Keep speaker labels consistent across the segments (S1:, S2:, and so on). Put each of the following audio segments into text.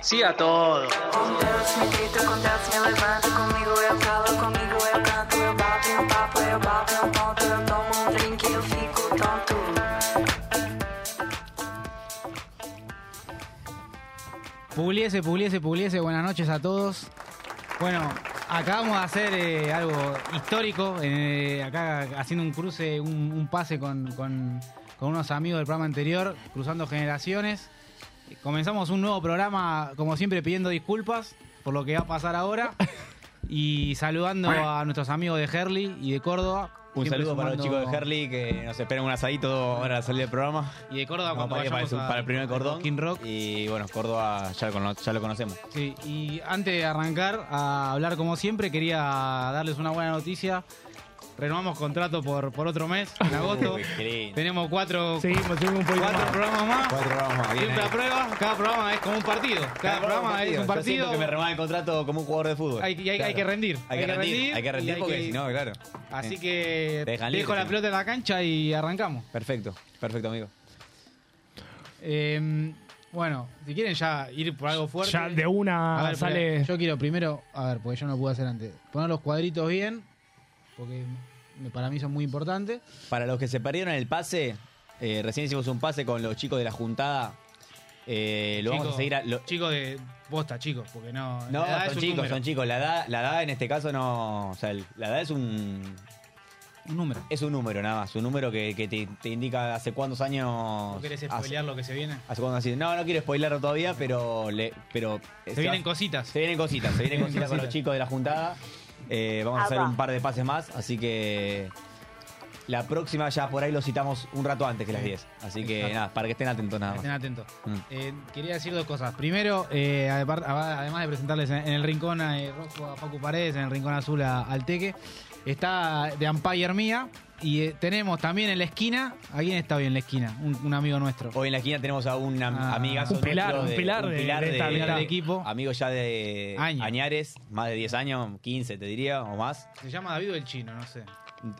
S1: Sí a todo.
S2: Me grito con Deus, me levanto comigo, eu calo comigo, eu canto, eu bato em um papo, eu bato em um ponto, eu tomo um drink e eu fico tonto.
S3: Puliese, puliese, puliese, buenas noches a todos. Bueno, acabamos de hacer eh, algo histórico, eh, acá haciendo un cruce, un, un pase con, con- con unos amigos del programa anterior, cruzando generaciones. Eh, Comenzamos un nuevo programa, como siempre, pidiendo disculpas por lo que va a pasar ahora y saludando a nuestros amigos de Herley y de Córdoba.
S4: Un
S3: Siempre
S4: saludo para los
S3: sumando-
S4: chicos de Herley que nos esperan un asadito ahora al salir del programa.
S3: Y de Córdoba
S4: No,
S3: cuando
S4: para, para
S3: vayamos
S4: el,
S3: a-
S4: para el primer
S3: a
S4: cordón.
S3: Cosquín Rock.
S4: Y bueno, Córdoba ya lo, cono- ya lo conocemos.
S3: Sí, y antes de arrancar a hablar como siempre, quería darles una buena noticia. Renovamos contrato por, por otro mes, en agosto.
S4: Uy, qué lindo.
S3: Tenemos cuatro,
S5: Seguimos, seguimos un poquito
S3: cuatro
S5: más.
S3: programas más.
S4: Cuatro programas, bien
S3: Siempre
S4: ahí.
S3: a prueba. Cada programa es como un partido. Cada, programa es un
S4: Yo siento
S3: partido.
S4: que me renuevan el contrato como un jugador de fútbol.
S3: Hay- hay- hay que rendir,
S4: Hay que rendir. Hay que rendir
S3: y hay
S4: porque
S3: que-
S4: si no, claro.
S3: Así
S4: Eh,
S3: que
S4: Te dejan libre,
S3: dejo la
S4: sí.
S3: pelota en la cancha y arrancamos.
S4: Perfecto, perfecto, amigo.
S3: Eh, bueno, si quieren ya ir por algo fuerte.
S5: Ya de una
S3: A ver,
S5: sale.
S3: pará, yo quiero primero, a ver, porque yo no lo pude hacer antes, poner los cuadritos bien, porque me- para mí son muy importantes.
S4: Para los que se perdieron el pase, eh, recién hicimos un pase con los chicos de la juntada. Eh, lo vamos a
S3: Chicos-
S4: seguir. a- lo-
S3: Chicos de bosta, chicos, porque no.
S4: No,
S3: la edad es
S4: son
S3: un
S4: chicos,
S3: número.
S4: son chicos. La edad, la edad en este caso no. O sea, el- la edad es un.
S3: Un número.
S4: Es un número nada más. Un número que, que te, te indica hace cuántos años.
S3: ¿No querés
S4: hace-
S3: spoilear lo que se viene?
S4: hace cuántos años. No, no quiero spoiler todavía, pero. Le, pero
S3: Se vienen cositas.
S4: se vienen cositas. Se vienen
S3: vienen
S4: cositas con los
S3: cositas.
S4: chicos de la juntada. Eh, vamos a hacer un par de pases más, así que. La próxima ya por ahí lo citamos un rato antes que las 10. Así que
S3: Exacto.
S4: nada, para que estén atentos nada
S3: Estén
S4: más.
S3: atentos.
S4: Mm.
S3: Eh, quería decir dos cosas. Primero, eh, adepar- a- además de presentarles en, en el rincón eh, rojo a Facu Paredes, en el rincón azul a, al Teque, está de Ampire Mía. Y eh, tenemos también en la esquina, ¿a quién está hoy en la esquina? Un, un amigo nuestro.
S4: Hoy en la esquina tenemos a un am-
S3: Ah.
S4: amigazo
S5: Un pilar,
S4: nuestro
S5: un
S4: de-
S5: pilar de- de esta
S3: habilidad.
S4: del
S3: equipo.
S4: Amigo ya de
S3: Años.
S4: Añares, más de 10 años, 15 te diría, o más.
S3: Se llama David o el Chino, no sé.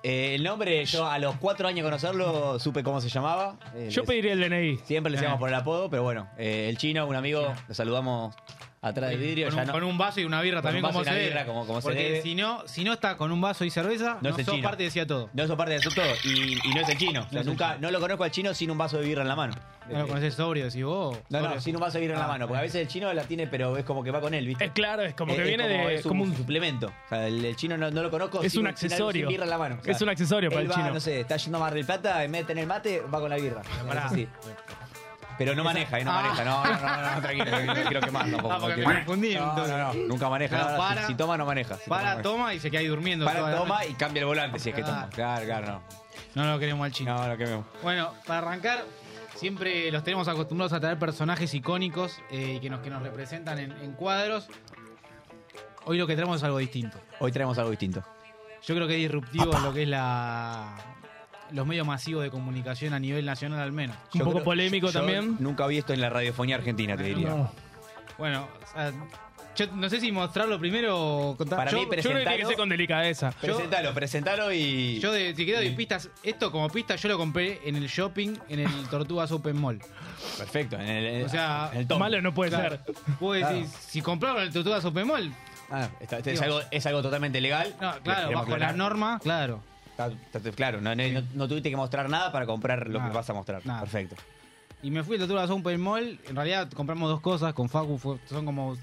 S4: Eh, el nombre, yo a los 4 años de conocerlo, supe cómo se llamaba. Eh,
S5: Yo
S4: les-
S5: pediría el DNI.
S4: Siempre le
S3: Ah.
S4: llamamos por el apodo, pero bueno, eh, el chino, un amigo, lo saludamos atrás del vidrio.
S3: con,
S4: ya
S3: un,
S4: no-
S3: con un vaso y una birra
S4: Con
S3: también
S4: un
S3: como
S4: vaso y una
S3: se debe.
S4: birra, como- como se
S3: Porque
S4: debe.
S3: si no, si no está con un vaso y cerveza,
S4: No
S3: no,
S4: es el
S3: sos
S4: chino.
S3: parte decía todo.
S4: No sos parte de eso todo. Y, y no es el chino. O sea,
S3: No es el
S4: nunca,
S3: chino.
S4: no lo conozco al chino sin un vaso de birra en la mano.
S3: No lo conocés sobrio, decís vos.
S4: No, no,
S3: sobrio.
S4: sin un vaso de birra en la
S3: Ah.
S4: mano. Porque a veces el chino la tiene, pero es como que va con él, ¿viste?
S5: Es claro, es como
S4: Es-
S5: que
S4: Eh, es
S5: viene de.
S4: es un,
S5: como un-
S4: suplemento. O sea, el, el chino no, no lo conozco.
S5: Es
S4: sin
S5: un
S4: sin algo-
S5: accesorio.
S4: sin birra en la mano. O sea,
S5: Es un accesorio para
S4: él
S5: el
S4: va,
S5: chino.
S4: No sé, está yendo a Mar del Plata, en vez de tener mate, va con la birra.
S3: Ah, pará.
S4: Sí. Pero no maneja, eh, no
S3: Ah.
S4: maneja. No, no, no, no, tranquilo, tranquilo, no quiero quemar tampoco.
S3: Ah, porque
S4: no quiero-
S3: me confundí,
S4: No,
S3: entonces.
S4: no, no, nunca maneja.
S3: Claro,
S4: no, no, si-
S3: para-
S4: si, toma, no maneja. si
S3: Para,
S4: toma, no
S3: toma y se queda ahí durmiendo.
S4: maneja.
S3: toda
S4: Para,
S3: la
S4: toma
S3: noche.
S4: y cambia el volante si es que toma. Claro, claro, no.
S3: No lo queremos al chino.
S4: No, no quememos.
S3: Bueno, para arrancar, siempre los tenemos acostumbrados a traer personajes icónicos eh, que, nos, que nos representan en, en cuadros. Hoy lo que traemos es algo distinto.
S4: Hoy traemos algo distinto.
S3: Yo creo que es disruptivo lo que es la los medios masivos de comunicación a nivel nacional al menos.
S5: Un
S4: Yo
S5: poco
S4: creo-
S5: polémico
S4: yo
S5: también.
S4: Nunca vi esto en la radiofonía argentina, te diría.
S5: No.
S3: Bueno, o sea, yo no sé si mostrarlo primero o contar.
S4: Para
S3: yo,
S4: mí, pero-
S5: Yo creo que tiene que ser con delicadeza.
S3: Yo-
S4: Presentalo, presentalo y.
S3: yo de, si quedo de pistas, esto como pista yo lo compré en el shopping en el Tortugas Open Mall.
S4: Perfecto. En el,
S3: O sea,
S4: en el top.
S5: Malo no puede
S3: Claro.
S5: ser.
S3: Vos decís, si compraron el Tortugas Open Mall,
S4: Ah, está- está- es, algo, es algo totalmente legal.
S3: no, claro,
S4: Queremos
S3: bajo
S4: aclarar.
S3: las normas, claro.
S4: Está- está- está- Claro, no, no- no- no tuviste que mostrar nada para comprar lo
S3: Nada,
S4: que vas a mostrar.
S3: nada.
S4: Perfecto.
S3: Y me fui al Tortugas Open Mall, en realidad compramos dos cosas, con Facu fue- son como,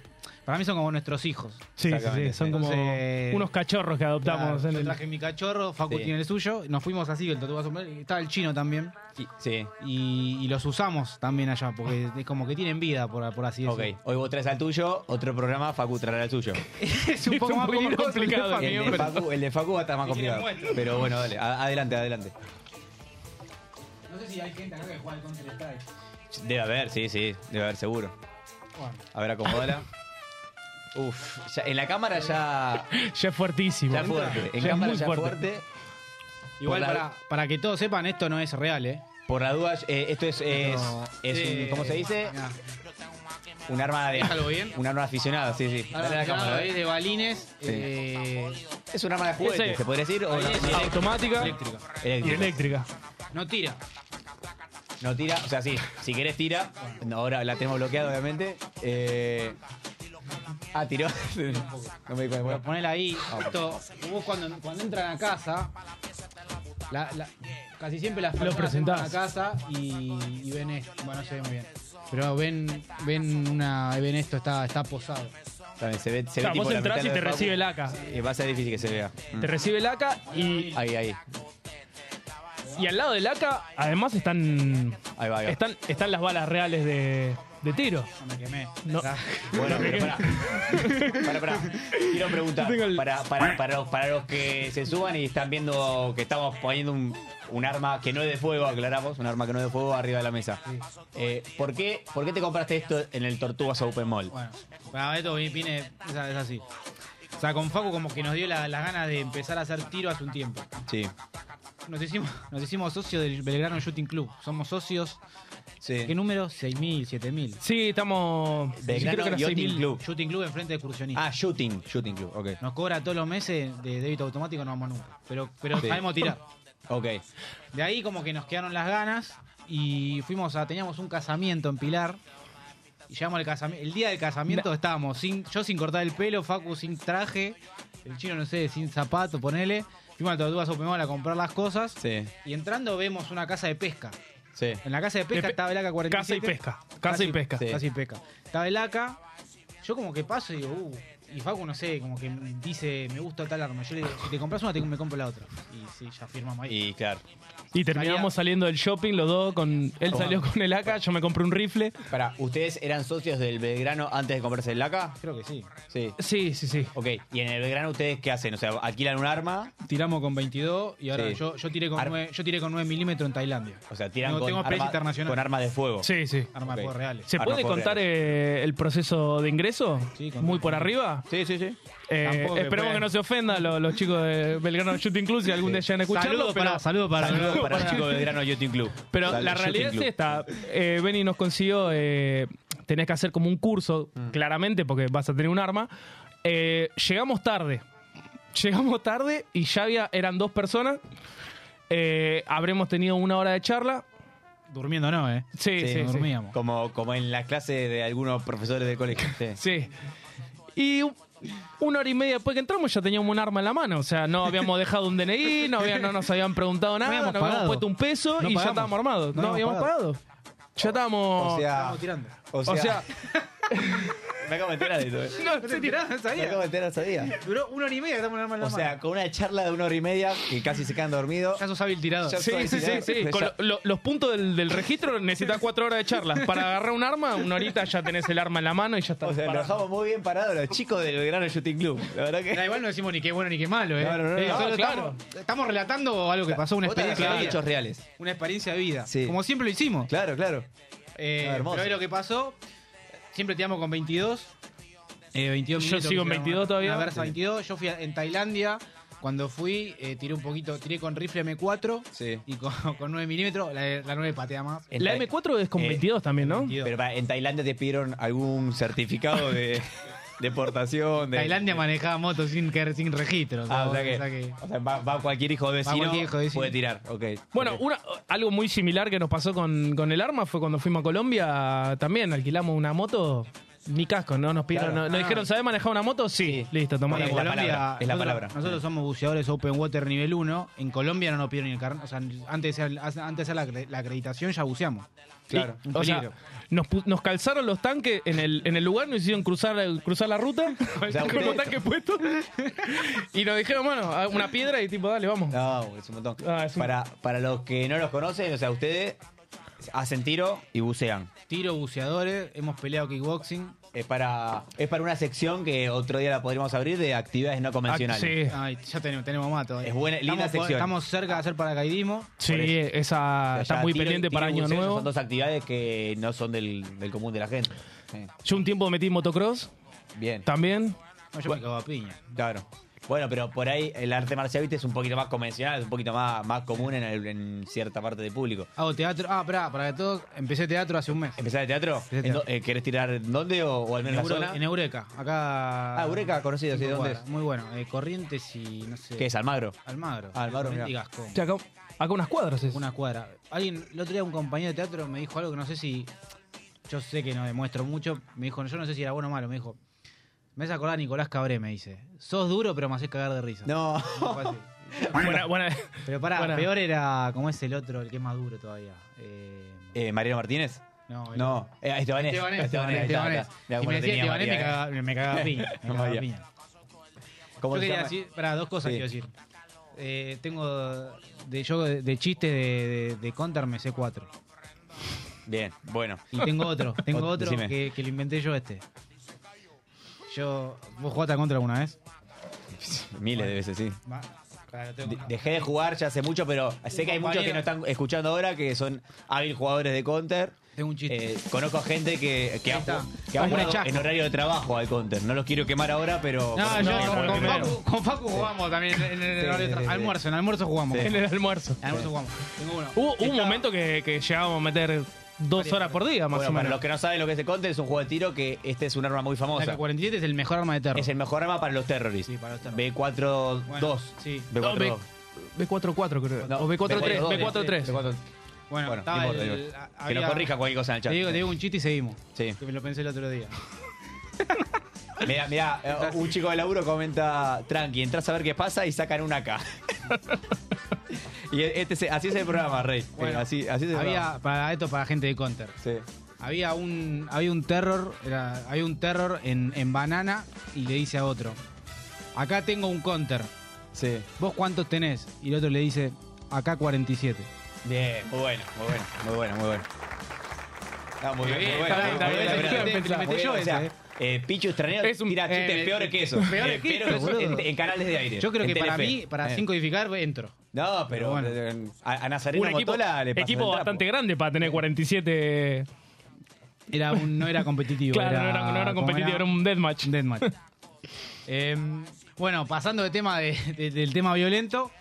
S3: para mí son como nuestros hijos.
S5: Sí, sí, sí.
S4: Exactamente.
S5: Son como
S3: Entonces-
S5: unos cachorros que adoptamos.
S3: Claro,
S5: en
S3: yo
S5: el-
S3: traje mi cachorro, Facu
S4: Sí.
S3: tiene el suyo, nos fuimos así, el Tortugas Open Mall, y estaba el chino también.
S4: Y- sí.
S3: Y, y los usamos también allá, porque es como que tienen vida, por, por así
S4: Ok,
S3: decirlo.
S4: hoy vos traes al tuyo, otro programa, Facu traerá al suyo.
S3: es un poco
S5: Es
S3: más
S5: un poco más
S3: peligroso,
S5: complicado,
S3: ¿no,
S4: El
S3: amigo?
S4: de
S3: Pero-
S4: Facu, el de Facu va a estar más
S3: Si quieren
S4: complicado. Pero bueno, dale, a- adelante, adelante.
S3: No sé si hay gente acá que juega al Counter Strike.
S4: Debe haber, sí, sí, debe haber seguro.
S3: Bueno,
S4: A ver, acomodala. Uf, ya- en la cámara ya,
S5: Ya es fuertísimo.
S4: ya fuerte. En
S5: Ya es
S4: cámara
S5: muy
S4: ya
S5: fuerte.
S4: fuerte.
S3: Igual
S4: Por la-
S3: para, para que todos sepan, esto no es real, ¿eh?
S4: Por la duda, eh, esto es, es,
S3: No.
S4: es un-
S3: Eh,
S4: ¿cómo se dice?
S3: mirá.
S4: Un arma de...
S3: ¿Déjalo bien?
S4: Un arma aficionada, sí, sí.
S5: Ah,
S3: Ahora
S4: Dale a la
S3: ya
S4: cámara,
S3: lo veis de balines.
S4: Sí.
S3: eh,
S4: Es un arma de juguete,
S5: Ese-
S4: ¿se puede decir? O no,
S5: Automática
S3: eléctrica.
S5: y
S4: Eléctrica.
S5: eléctrica.
S3: No tira.
S4: No tira, o sea, sí, si querés tira. No, Ahora la tenemos bloqueada, obviamente. Eh, ah, tiró. no me di cuenta.
S3: Pero
S4: Bueno,
S3: ponela ahí. Esto, vos cuando, cuando entran a casa, la- la- casi siempre las personas
S5: presentás.
S3: entran a casa y, y ven esto. Bueno, no se ve muy bien. Pero ven, ven una, ven esto, está, está posado.
S4: también se ve, se
S5: O sea,
S4: ve tipo
S5: vos
S4: la
S5: entras
S4: mitad
S5: y
S4: de
S5: te
S4: los
S5: recibe el
S4: pagos.
S5: AK.
S4: Eh, va a ser difícil que se vea. Mm.
S5: Te recibe el AK y,
S4: Ahí, ahí.
S5: y al lado del AK, además, están,
S4: Ahí va, ahí va.
S5: están, están las balas reales de, de tiro.
S3: No me quemé.
S5: No.
S4: Bueno, pero pará. Pará, pará. Quiero preguntar.
S5: Yo tengo el-
S4: Para, para, para, los, para los que se suban y están viendo que estamos poniendo un, un arma que no es de fuego, aclaramos, un arma que no es de fuego arriba de la mesa. Eh, ¿por, qué, ¿Por qué te compraste esto en el Tortugas Open Mall?
S3: Bueno, para esto Vipine es, es así. O sea, con Facu como que nos dio la- las ganas de empezar a hacer tiro hace un tiempo.
S4: Sí.
S3: Nos hicimos, nos hicimos socios del Belgrano Shooting Club. Somos socios.
S4: sí.
S3: ¿Qué número? 6.000, 7.000.
S5: Sí, estamos. yo
S4: Belgrano
S5: creo que era
S4: Yachting
S5: 6.000.
S4: Club.
S3: Shooting Club enfrente de excursionistas.
S4: Ah, Shooting. Shooting Club, ok.
S3: Nos cobra todos los meses de débito automático, no vamos nunca. Pero, pero
S4: Sí.
S3: sabemos tirar.
S4: Ok.
S3: De ahí como que nos quedaron las ganas y fuimos a, teníamos un casamiento en Pilar. Y llegamos al casamiento. El día del casamiento estábamos sin, yo sin cortar el pelo, Facu sin traje, el chino, no sé, sin zapato, ponele. Fuimos a Tortugas Open Mall a comprar las cosas.
S4: Sí.
S3: Y entrando vemos una casa de pesca.
S4: Sí.
S3: En la casa de pesca
S5: pe-
S3: estaba el AK-47.
S5: Casa y pesca. Casa y pesca.
S4: Sí.
S3: Casa y pesca. Estaba el AK. Yo como que paso y digo, uh. Y Facu, no sé, como que dice, me gusta tal arma. Yo le digo, si te compras una, te, me compro la otra. Y sí, ya firmamos ahí.
S4: Y claro.
S5: Y terminamos saliendo del shopping los dos con. Él salió con el AK, yo me compré un rifle.
S4: Para, ¿ustedes eran socios del Belgrano antes de comprarse el LACA?
S3: Creo que sí.
S4: Sí.
S5: Sí, sí, sí.
S4: Ok. ¿Y en el Belgrano ustedes qué hacen? O sea, alquilan un arma.
S3: Tiramos con 22 y ahora
S4: Sí.
S3: yo, yo tiré con
S4: Ar-
S3: 9, yo tiré con 9 milímetros en Tailandia.
S4: O sea, tiran
S3: No,
S4: con,
S3: tengo experiencia
S4: arma-
S3: internacional.
S4: con armas de fuego.
S5: Sí, sí.
S3: Armas de
S4: Ok.
S3: fuego reales.
S5: ¿Se
S4: Armas
S5: puede
S4: por
S5: contar
S4: real.
S5: eh, el proceso de ingreso?
S3: Sí, contá.
S5: Muy por arriba.
S4: sí, sí. sí.
S5: Eh,
S3: Tampoco pues. que
S5: esperemos
S3: pueda.
S5: que no se ofendan lo- los chicos de Belgrano Shooting Club si algún día llegan a escucharlo.
S3: Saludos
S5: pero
S3: para, saludos para,
S4: Saludos para
S3: para-
S4: los chicos del Belgrano Yachting Club.
S5: pero
S4: Saludos,
S5: la
S4: Yachting
S5: realidad es
S4: Club.
S5: esta. Eh, Benny nos consiguió, eh, tenés que hacer como un curso, claramente, porque vas a tener un arma. Eh, llegamos tarde. Llegamos tarde y ya había, eran dos personas. Eh, habremos tenido una hora de charla.
S3: Durmiendo no, ¿eh?
S4: Sí,
S5: Sí, sí, sí.
S3: dormíamos.
S4: Como, como en la clase de algunos profesores del colegio. Sí.
S5: Sí. Y u- una hora y media después que entramos ya teníamos un arma en la mano. O sea, no habíamos dejado un DNI, no, había- no nos habían preguntado nada, no
S3: habíamos
S5: habíamos
S3: pagado.
S5: puesto un peso
S3: No
S5: y ya
S3: pagamos.
S5: estábamos armados.
S3: No
S5: No,
S3: habíamos
S5: habíamos pagado. Ya estábamos...
S4: O sea,
S3: Estamos tirando.
S4: o sea,
S5: o sea,
S4: me acabo de enterar de eso. eh.
S3: No, estoy tirando,
S4: Me acabo de enterar ese día.
S3: Duró una hora y media que estamos en arma en la
S4: O sea,
S3: mano.
S4: con una charla de una hora y media que casi se quedan dormidos.
S3: Ya sos hábil tirado.
S4: Ya
S5: sí,
S4: soy
S5: sí, sí,
S4: tirado.
S5: sí.
S4: Ya-
S5: Con lo- lo- los puntos del, del registro necesitas cuatro horas de charla. Para agarrar un arma, una horita ya tenés el arma en la mano y ya está.
S4: O sea, nos
S5: Para-
S4: dejamos muy bien parados los chicos del Belgrano Shooting Club. La verdad que.
S3: Da igual no decimos ni qué bueno ni qué malo, ¿eh?
S4: No, no, no,
S3: Eh,
S4: no,
S3: solo
S5: Ah, claro.
S3: estamos, estamos relatando algo que pasó, una
S4: Vos te
S3: experiencia
S4: agarrás
S3: de vida.
S4: hechos reales.
S3: Una experiencia de vida.
S4: Sí.
S3: Como siempre lo hicimos.
S4: Claro, claro.
S3: Eh,
S4: Ah, hermoso.
S3: pero ahí lo que pasó, siempre te amo con 22. eh, 22
S5: Yo
S3: minutos
S5: sigo
S3: que
S5: en
S3: se
S5: 22
S3: llama,
S5: todavía.
S3: la Versa 22. Yo fui a- en Tailandia. Cuando fui, eh, tiré un poquito, tiré con rifle M4
S4: Sí.
S3: y con, con 9 milímetros. La, la 9 patea más.
S4: En
S5: La
S4: Tai-
S5: M4 es con
S4: Eh,
S5: 22 también, ¿no?
S3: 22.
S4: Pero pará, en Tailandia te pidieron algún certificado de deportación. De,
S3: Tailandia manejaba motos sin, que- sin registro. o sea,
S4: eh, Ah, o sea
S3: o sea
S4: que.
S3: que-
S4: O sea, va, va cualquier hijo de vecino.
S3: cualquier hijo de vecino.
S4: Puede tirar, ok.
S5: Bueno,
S4: Ok.
S5: una, algo muy similar que nos pasó con, con el arma fue cuando fuimos a Colombia. También alquilamos una moto, ni casco, no nos pidieron.
S4: Claro.
S5: no- nos
S3: Ah.
S5: dijeron, ¿sabés manejar una moto? Sí, listo, tomá
S3: Bueno,
S5: la
S4: es
S3: en
S5: moto.
S4: la palabra, es la
S3: nosotros-
S4: palabra.
S3: Nosotros somos buceadores Open Water nivel 1. En Colombia no nos pidieron ni el carnet. O sea, antes de hacer, antes de hacer la, acre- la acreditación ya buceamos.
S4: Claro.
S3: Un
S5: O sea,
S3: peligro.
S5: nos, pu- nos calzaron los tanques en el, en el lugar, nos hicieron cruzar, cruzar la ruta con
S4: sea,
S5: los
S4: ustedes-
S5: tanques puestos. Y nos dijeron, bueno, a- una piedra y tipo, dale, vamos.
S4: No, es un montón.
S5: Ah, es un-
S4: Para, para los que no los conocen, o sea, ustedes hacen tiro y bucean.
S3: Tiro, buceadores, hemos peleado kickboxing.
S4: Es para, es para una sección que otro día la podríamos abrir de actividades no convencionales.
S5: Ah, sí.
S3: Ay, ya tenemos, tenemos más todavía.
S4: Es buena-
S3: estamos,
S4: linda
S3: por-
S4: sección.
S3: Estamos cerca de hacer paracaidismo.
S5: Sí,
S4: por eso.
S5: esa
S4: O sea,
S5: está
S4: ya
S5: muy
S4: tiro y-
S5: pendiente para
S4: tiro y
S5: Año
S4: buceo
S5: Nuevo.
S4: Son dos actividades que no son del, del común de la gente. Sí.
S5: Yo un tiempo metí motocross.
S4: Bien.
S5: También.
S3: No, yo me cago a piña.
S4: Claro. Bueno, pero por ahí el arte marcial viste, es un poquito más convencional, es un poquito más, más común en, el- en cierta parte del público.
S3: Hago teatro. Ah, pará, para que todos. Empecé teatro hace un mes.
S4: ¿Empezás el teatro?
S3: el
S4: ¿En do-
S3: teatro.
S4: eh, ¿Querés tirar en dónde o, o al
S3: En,
S4: menos
S3: Eure-
S4: la zona?
S3: en Eureka, acá.
S4: Ah, Eureka, conocido, sí,
S3: cinco
S4: ¿dónde
S3: cuadras.
S4: es?
S3: Muy bueno. eh, Corrientes y no sé.
S4: ¿Qué es? ¿Almagro?
S3: Almagro.
S4: Ah, Almagro,
S3: Corrientes
S4: mirá.
S3: y Gascón.
S5: O sea, acá, acá unas cuadras es.
S3: Una cuadra. Alguien, el otro día un compañero de teatro me dijo algo que no sé si. Yo sé que no demuestro mucho. Me dijo, yo no sé si era bueno o malo. Me dijo, me hace acordar a Nicolás Cabré, me dice. Sos duro, pero me haces cagar de risa.
S4: No.
S3: Fue así.
S5: Buena, buena-
S3: Pero pará,
S5: Bueno.
S3: peor era como es el otro, el que es más duro todavía. Eh,
S4: Eh, ¿Mariano Martínez?
S3: no, el-
S4: No. Eh, Estebanés.
S3: Estebanés,
S4: Estebanés, ahí
S3: Estebanés.
S4: está,
S3: Y
S4: está. Mirá cómo
S3: me decía
S4: lo tenía
S3: Estebanés, me
S4: María,
S3: cagaba, me cagaba piña. Me cagaba
S4: María.
S3: piña.
S4: eh. ¿Cómo
S3: yo
S4: se
S3: quería
S4: llama?
S3: decir, pará, dos cosas
S4: Sí.
S3: quiero decir. Eh, tengo de yo de, de chiste de, de, de Contar me sé cuatro.
S4: Bien, bueno.
S3: Y tengo otro, tengo
S4: Ot-
S3: otro
S4: decime.
S3: que, que lo inventé yo este. Yo. ¿Vos jugaste a Contra alguna vez?
S4: Miles de veces, sí.
S3: Claro,
S4: De- Dejé de jugar ya hace mucho, pero sé que hay muchos que nos están escuchando ahora que son hábil jugadores de Counter.
S3: Tengo un chiste.
S4: Eh, conozco a gente que, que ha,
S3: Ahí está.
S4: que ha
S3: Ahí
S4: jugado
S3: está.
S4: en horario de trabajo al Counter. No los quiero quemar ahora, pero.
S5: No,
S4: pero
S5: yo con- con
S4: primero.
S5: Facu-
S3: con Facu jugamos también en el,
S4: Sí, sí, sí, sí.
S3: almuerzo, en almuerzo jugamos.
S4: Sí.
S3: En
S5: en el almuerzo.
S4: Ah,
S3: almuerzo jugamos. Tengo uno.
S5: Hubo un
S3: Estaba-
S5: momento que, que llegábamos a meter dos horas por día, más
S4: Bueno,
S5: o
S4: para los
S5: menos.
S4: que no saben lo que es el Counter, es un juego de tiro que este es un arma muy
S3: La
S4: famosa.
S3: K-47 es el mejor arma de terror.
S4: Es el mejor arma para los terroristas.
S3: Sí, para los terroristas.
S4: B4-2.
S3: Bueno, sí.
S4: B4-2.
S5: No, B4-4 creo.
S4: No,
S5: o B4-3.
S4: B4-2,
S5: B4-3.
S4: B4-3.
S3: Bueno,
S4: Bueno,
S3: estaba
S4: no importa,
S3: el-
S4: no importa.
S3: a-
S4: que nos
S3: había-
S4: corrija cualquier cosa en el
S3: Te
S4: chat.
S3: digo, te digo un chiste y seguimos.
S4: Sí.
S3: Que me lo pensé el otro día.
S4: Mirá, mirá, eh, un chico de laburo comenta, tranqui, entras a ver qué pasa y sacan una K. y este, se- así es el programa, Rey. Eh,
S3: Bueno,
S4: así, así es el programa.
S3: Había, para esto, para gente de Counter.
S4: Sí.
S3: Había un, había un terror, era- había un terror en, en banana y le dice a otro, acá tengo un counter,
S4: Sí.
S3: ¿vos cuántos tenés? Y el otro le dice, acá 47.
S4: Bien, muy bueno, muy bueno, muy bueno, muy bueno. Ah, muy bien, muy bueno.
S5: está
S4: muy
S5: bien, está bien,
S4: bueno,
S5: está
S4: muy
S5: bien,
S4: bueno.
S5: pensé
S4: Muy bien,
S5: yo
S4: o sea,
S3: ese, eh.
S4: eh, Pichu Estranero
S5: Es un-
S4: tira chistes
S3: eh,
S4: peores que eso.
S3: peores que
S4: pero
S3: eso, boludo.
S4: en, en canales de aire.
S3: Yo creo
S4: en
S3: que para
S4: Telefe.
S3: mí, para
S4: Eh.
S3: simplificar, entro.
S4: No,
S3: Pero
S4: pero,
S3: bueno.
S4: eh, a, a Nazareno
S5: Un equipo,
S4: Motola le pasa
S5: equipo bastante grande para tener 47.
S3: Era un, no era competitivo.
S5: Claro, no era, no era
S3: ¿cómo
S5: competitivo, era un deathmatch.
S3: un deathmatch. Em, bueno, pasando de tema de- de- del tema violento,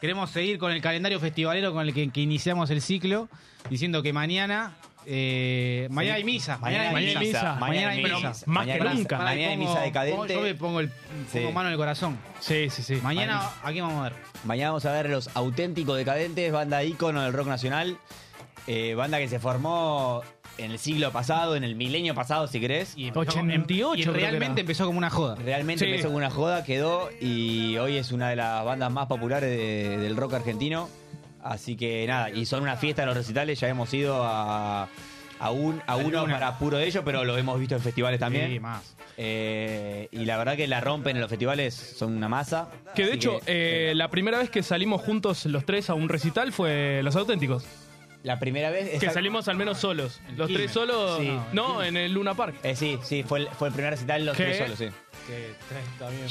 S3: queremos seguir con el calendario festivalero con el que, que iniciamos el ciclo, diciendo que mañana... eh, mañana hay misa.
S5: mañana hay
S4: Mañana hay
S5: misa.
S3: Mañana hay
S4: misa.
S3: misa.
S5: Más que
S4: Mañana hay misa.
S5: nunca.
S4: Mañana hay
S3: pongo- pongo- Yo
S4: misa
S3: me
S4: decadente.
S3: pongo, el, pongo
S4: Sí.
S3: mano en el corazón.
S5: Sí, sí, sí.
S3: Mañana, ¿a quién vamos a ver?
S4: Mañana vamos a ver los auténticos decadentes, banda ícono del rock nacional. eh, banda que se formó en el siglo pasado, en el milenio pasado, si querés.
S3: Y
S5: empezó como- 88
S3: y
S5: creo que
S3: realmente
S5: era.
S3: empezó como una joda.
S4: Realmente
S5: Sí.
S4: empezó con una joda, quedó y hoy es una de las bandas más populares de- del rock argentino. Así que nada, y son una fiesta los recitales, ya hemos ido a, a, un, a uno para puro de ellos, pero lo hemos visto en festivales también.
S3: Sí, más.
S4: Eh, y la verdad que la rompen en los festivales, son una masa.
S5: Que de
S4: Así
S5: hecho, eh, la primera vez que salimos juntos los tres a un recital fue Los Auténticos.
S4: la primera vez...
S5: Que
S4: esa-
S5: salimos al menos solos.
S3: En
S5: Los
S3: Quilmes.
S5: tres solos.
S4: Sí.
S5: No, en el Luna Park.
S4: Eh, sí, sí, fue el, fue el primer recital los
S5: ¿Qué?
S4: tres solos, sí.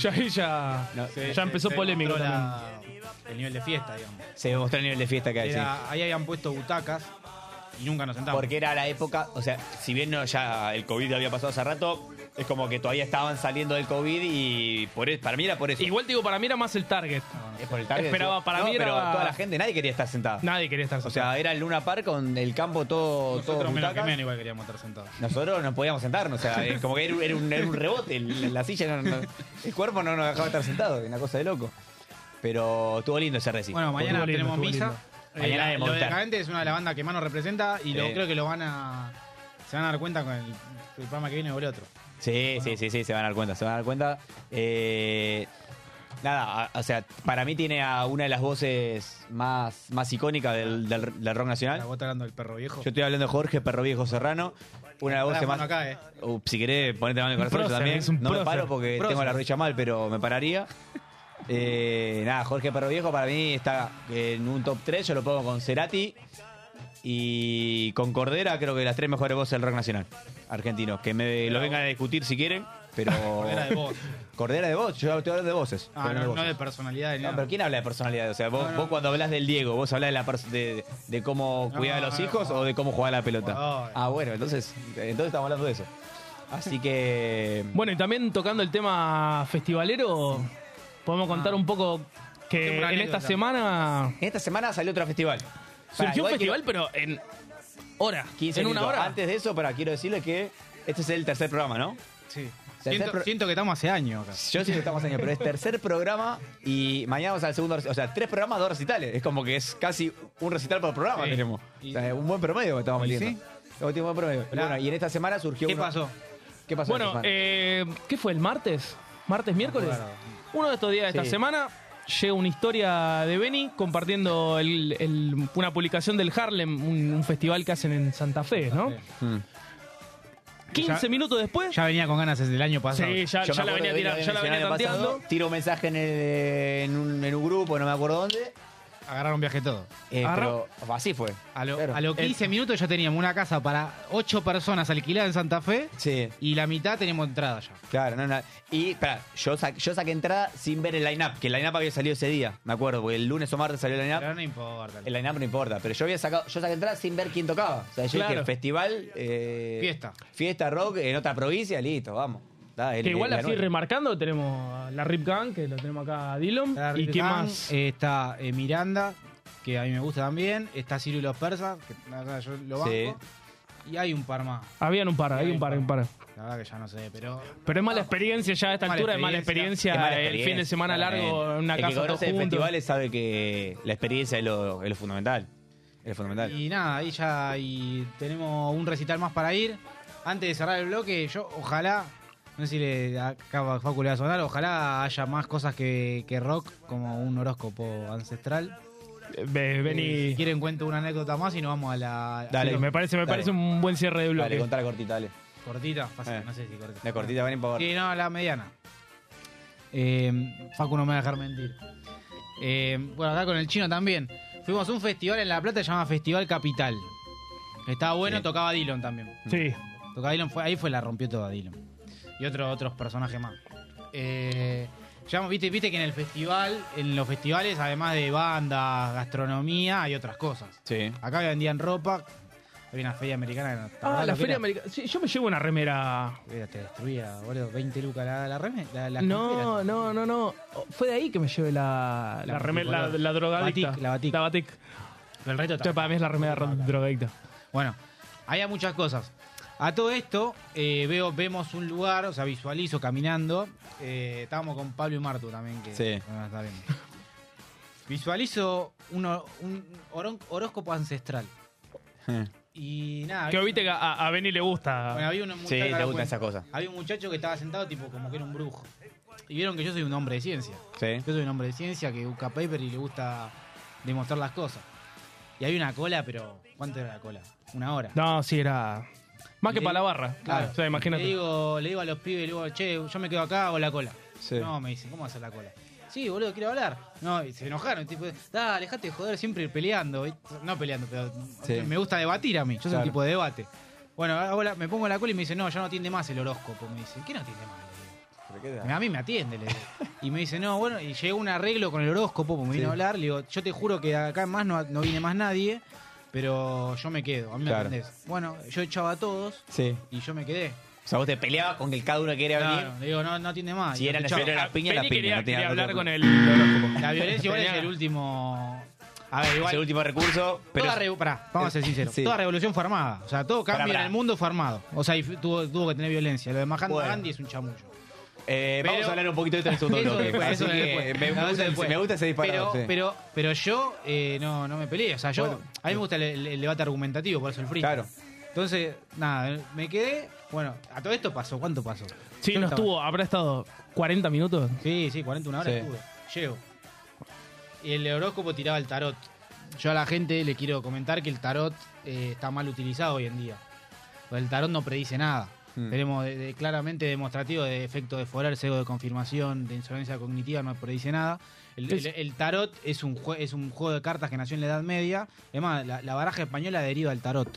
S5: Ya ahí ya,
S4: No,
S5: ya
S3: Se-
S5: empezó
S3: se
S5: polémico
S3: mostró
S5: también.
S3: la- el nivel de fiesta, digamos.
S4: Se mostró el nivel de fiesta que hay, sí.
S3: Era- ahí habían puesto butacas y nunca nos sentamos.
S4: Porque era la época, o sea, si bien no, ya el COVID había pasado hace rato, es como que todavía estaban saliendo del COVID y por e- para mí era por eso.
S5: Igual te digo, para mí era más el target.
S4: Es por el target,
S5: esperaba,
S4: sí.
S5: para
S4: No,
S5: mí
S4: pero
S5: era-
S4: toda la gente, nadie quería estar sentada.
S5: Nadie quería estar
S4: O
S5: solo.
S4: sea, era el Luna Park con el campo todo. todo
S3: nosotros menos que
S4: butacas.
S3: menos igual queríamos estar sentados.
S4: Nosotros no podíamos sentarnos, o sea, es como que era, un- era un, era un rebote, el- la silla, no- no- el cuerpo no nos dejaba estar sentado, una cosa de loco. Pero estuvo lindo ese recital.
S3: Bueno, mañana
S5: lindo,
S3: tenemos
S5: estuvo
S3: misa.
S5: lindo.
S3: Eh,
S4: Mañana
S3: la-
S4: de
S3: lo de
S4: Movistar.
S3: Decadente es una de las bandas que más nos representa y lo,
S4: Sí.
S3: creo que lo van a. Se van a dar cuenta con el, el programa que viene o el otro.
S4: Sí, sí, sí, sí, se van a dar cuenta, se van a dar cuenta. Eh, nada, a- o sea, para mí tiene a una de las voces más, más icónicas del, del, del rock
S3: La
S4: nacional.
S3: bota hablando del perro viejo.
S4: ¿Ah? Yo estoy hablando de Jorge Perro Viejo Serrano, una
S3: Pará,
S4: de las voces más...
S3: mano acá, eh.
S4: Uh, si querés, ponete mano en el corazón yo
S5: prócer,
S4: también.
S5: es un
S4: no me
S5: prócer.
S4: paro porque
S3: Prócer.
S4: tengo la rodilla mal, pero me pararía. Eh, nada, Jorge Perro Viejo para mí está en un top 3, yo lo pongo con Cerati y con Cordera, creo que las tres mejores voces del rock nacional argentino. Que me lo vengan a discutir si quieren, pero...
S3: Cordera de voz.
S4: Cordera de voz, yo estoy hablando de voces.
S3: Ah,
S4: estoy hablando
S3: no,
S4: de
S3: no
S4: voces.
S3: de personalidad ni
S4: No,
S3: nada.
S4: pero ¿quién habla de personalidad? O sea, vos, vos cuando hablas del Diego, ¿vos hablas de, la pers- de, de cómo
S3: No,
S4: cuidar a los
S3: no,
S4: hijos
S3: no.
S4: o de cómo jugar a la pelota?
S3: Jugador.
S4: Ah, bueno, entonces, entonces estamos hablando de eso. Así que.
S5: Bueno, y también tocando el tema festivalero, podemos contar
S4: Ah.
S5: un poco que
S3: Siempre
S5: en
S3: anécdota.
S5: esta semana
S4: Esta semana salió otro festival. Pará,
S5: surgió un
S4: igual quiero-
S5: festival, pero en hora,
S4: 15
S5: en una
S4: minutos.
S5: hora.
S4: Antes de eso, para quiero decirles que este es el tercer programa, ¿no?
S3: Sí.
S4: sea, ese
S3: Siento,
S4: pro-
S3: siento que estamos hace años acá.
S4: Yo sé que estamos años, pero es tercer programa y mañana vamos al segundo recital. O sea, tres programas, dos recitales. Es como que es casi un recital por programa
S3: Sí.
S4: tenemos. O sea, es un buen promedio que estamos
S3: ¿Y
S4: metiendo.
S3: sí?
S4: Estamos teniendo un buen promedio. Y
S3: Hola.
S4: bueno, y en esta semana surgió
S3: ¿Qué
S4: uno-
S3: pasó?
S4: ¿Qué pasó?
S5: Bueno,
S4: esta semana?
S5: eh, ¿qué fue? ¿El martes? ¿Martes, miércoles? Uno de estos días de esta
S4: Sí.
S5: semana llega una historia de Benny compartiendo el- el- una publicación del Harlem, un, un festival que hacen en Santa Fe, ¿no?
S4: Mm.
S5: 15
S3: Ya-
S5: minutos después.
S3: Ya venía con ganas desde el año pasado.
S5: sí, ya,
S4: Yo
S5: ya
S4: me
S5: la
S4: acuerdo
S5: venía
S4: que
S5: tirando,
S4: había
S5: ya la venía
S4: mencionado el año
S5: tanteando.
S4: pasado, Tiro un mensaje en, el- en un, en un grupo, no me acuerdo dónde.
S3: Agarraron viaje todo.
S4: eh,
S5: Agarró-
S4: pero así fue.
S3: A, lo-
S4: Claro. Eh,
S3: a los 15 minutos ya teníamos una casa para 8 personas alquilada en Santa Fe
S4: Sí.
S3: y la mitad teníamos entrada ya.
S4: Claro, no, no. Y, espera, yo, sa- yo saqué entrada sin ver el line-up, que el line-up había salido ese día, me acuerdo, porque el lunes o martes salió el line-up.
S3: Pero no importa.
S4: El line-up no importa, pero yo había sacado, yo saqué entrada sin ver quién tocaba. O sea, yo
S5: Claro.
S4: dije, festival, eh,
S3: Fiesta.
S4: Fiesta rock en otra provincia, listo, vamos. Da, el-
S5: Que igual
S4: el-
S5: así
S4: la nueva.
S5: remarcando, tenemos a la Rip Gang, que lo tenemos acá a Dillon.
S3: Está
S5: ¿Y
S3: Rick
S5: qué
S3: Gang,
S5: más?
S3: eh, está eh, Miranda, que a mí me gusta también. Está Ciro y los persas, que la verdad yo lo banco.
S4: Sí.
S3: Y hay un par más.
S5: Habían un par, hay un par, hay un par.
S3: La verdad que ya no sé, pero.
S5: Pero es mala experiencia ya a esta
S3: Mala
S5: altura, es mala
S3: experiencia.
S5: experiencia,
S4: Qué mala
S5: el
S4: experiencia,
S5: fin de semana largo
S4: claramente.
S5: en una
S4: el
S5: casa
S4: que
S5: todos
S4: conoce de
S5: juntos.
S4: festivales sabe que la experiencia es lo, es lo fundamental. Es lo fundamental.
S3: Y nada, ahí ya y tenemos un recital más para ir. Antes de cerrar el bloque, yo ojalá, no sé si le, acá a Facu le va a sonar, ojalá haya más cosas que, que rock, como un horóscopo ancestral.
S5: Ve-
S3: Eh, Si
S5: Vení.
S3: quieren cuento una anécdota más y nos vamos a la
S4: Dale.
S5: Sí, me parece, me
S4: Dale.
S5: parece un buen cierre de bloque.
S4: Dale, contá la cortita, dale.
S3: cortita, fácil,
S4: Eh,
S3: no sé si cortita.
S4: La cortita, ven por favor.
S3: Sí, no, la mediana. Eh, Facu no me va a dejar mentir. Eh, bueno, acá con el chino también. Fuimos a un festival en La Plata que se llama Festival Capital. Estaba bueno,
S4: Sí.
S3: tocaba Dylan también.
S5: sí.
S3: Tocaba Dylan, fue, ahí fue la rompió toda Dylan. Y otro, otros personajes más. Eh, llegamos- viste, viste que en el festival, en los festivales, además de bandas, gastronomía, hay otras cosas.
S4: Sí.
S3: Acá vendían ropa. Había una feria americana que no-
S5: Ah,
S3: lo
S5: la
S3: que
S5: Feria
S3: era-
S5: Americana. Sí, yo me llevo una remera.
S3: era- Te destruía, boludo. 20 lucas la, la reme. La, la
S5: No, no, no, no. Fue de ahí que me llevé la, la,
S3: La
S5: remera, la,
S3: multicolor.
S5: la drogadicta.
S3: Batik, la Batik.
S5: La Batik.
S3: Pero el resto
S5: O sea,
S3: está.
S5: para mí es la remera ro- drogadicta.
S3: Bueno, había muchas cosas. A todo esto, eh, veo, vemos un lugar, o sea, visualizo caminando. Eh, estábamos con Pablo y Martu también, que
S4: Sí.
S3: ah, está bien. Visualizo un, hor- un horón- horóscopo ancestral. Y nada.
S5: Que
S3: había-
S5: viste que a, a Benny le gusta.
S3: Bueno, había un muchacho.
S4: Sí,
S3: ahora
S4: le
S3: cuento.
S4: gustan esas cosas.
S3: Había un muchacho que estaba sentado, tipo, como que era un brujo. Y vieron que yo soy un hombre de ciencia.
S4: Sí.
S3: Yo soy un hombre de ciencia que busca paper y le gusta demostrar las cosas. Y había una cola, pero ¿cuánto era la cola? Una hora.
S5: No, sí, era. Más que
S3: Le-
S5: para la barra.
S3: Claro.
S5: O sea, imagínate.
S3: Le digo, le digo a los pibes, le digo, che, yo me quedo acá, hago la cola.
S4: Sí.
S3: No, me dicen, ¿cómo vas a hacer la cola? Sí, boludo, quiero hablar. No, y se enojaron. Tipo, dale, dejate de joder, siempre peleando. ¿viste? No peleando, pero
S4: Sí.
S3: me gusta debatir a mí. Yo soy un
S4: Claro.
S3: tipo de debate. Bueno, hago la- me pongo la cola y me dicen, no, ya no atiende más el horóscopo. Me dicen, ¿qué no atiende más? Le digo.
S4: ¿Pero qué da?
S3: A mí me atiende, le digo. Y me dice, no, bueno, y llegó un arreglo con el horóscopo, porque me vino a hablar, le digo, yo te juro que de acá en más no, no viene más nadie, pero yo me quedo, a mí
S4: Claro.
S3: me atendés. Bueno, yo echaba a todos
S4: Sí.
S3: y yo me quedé.
S4: O sea, vos te peleabas con que cada uno quería venir.
S3: Claro, le digo, no, no atiende más.
S4: Si
S3: Y
S4: era
S3: los
S4: necesario,
S3: echaba.
S4: era
S5: Ah,
S4: la piña, la
S5: Benny
S4: piña,
S5: quería,
S4: no tenía nada
S5: quería hablar
S4: que
S5: con
S4: ver.
S5: el horóscopo.
S3: La violencia igual es
S5: Tenía-
S3: el último... A ver, igual...
S4: Es el último recurso. Pero
S3: toda revo- pará, vamos a ser sinceros.
S4: Sí.
S3: Toda revolución fue armada. O sea, todo cambio
S4: Pará, pará.
S3: en el mundo fue armado. O sea, y f- tuvo, tuvo que tener violencia. Lo de Mahatma
S4: Bueno.
S3: Gandhi es un chamullo.
S4: eh, vamos
S3: pero-
S4: a hablar un poquito de esto en el segundo
S3: Eso
S4: bloque.
S3: después,
S4: Así
S3: eso
S4: que
S3: después.
S4: me, me
S3: No, eso
S4: gusta,
S3: después.
S4: me gusta ese disparado.
S3: Pero,
S4: sí.
S3: pero, pero yo eh, no, no me peleé. O sea, yo,
S4: Bueno.
S3: a mí me gusta el, el- el debate argumentativo, por eso el free.
S4: Claro.
S3: Entonces, nada, me quedé. Bueno, a todo esto pasó. ¿Cuánto pasó?
S5: Sí,
S3: Yo
S5: no
S3: estaba-
S5: estuvo, habrá estado 40 minutos.
S3: Sí, sí, 41 horas
S4: Sí.
S3: estuve. Llego. Y el horóscopo tiraba el tarot. Yo a la gente le quiero comentar que el tarot eh, está mal utilizado hoy en día. Pues el tarot no predice nada.
S4: Mm.
S3: Tenemos de- de- claramente demostrativo de efecto de Forer, sesgo de confirmación, de insolencia cognitiva, no predice nada. El,
S5: Es-
S3: el- el tarot es un, jue- es un juego de cartas que nació en la Edad Media. Además, la, la baraja española deriva del tarot.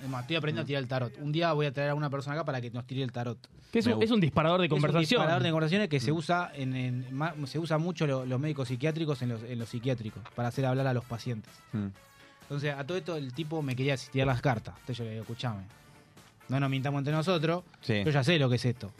S3: Además, estoy
S4: Mm.
S3: aprendiendo a tirar el tarot. Un día voy a traer a una persona acá para que nos tire el tarot.
S5: Que es,
S4: Me
S5: un,
S4: gusta.
S5: es un disparador de conversación. Mm.
S3: Es un disparador de conversaciones que se usa en, en- ma- se usa mucho lo- los médicos psiquiátricos en los, en los psiquiátricos para hacer hablar a los pacientes.
S4: Mm.
S3: Entonces, a todo esto el tipo me quería tirar las cartas. Entonces yo le digo, escuchame. no nos mintamos entre nosotros,
S4: Sí.
S3: yo ya sé lo que es esto.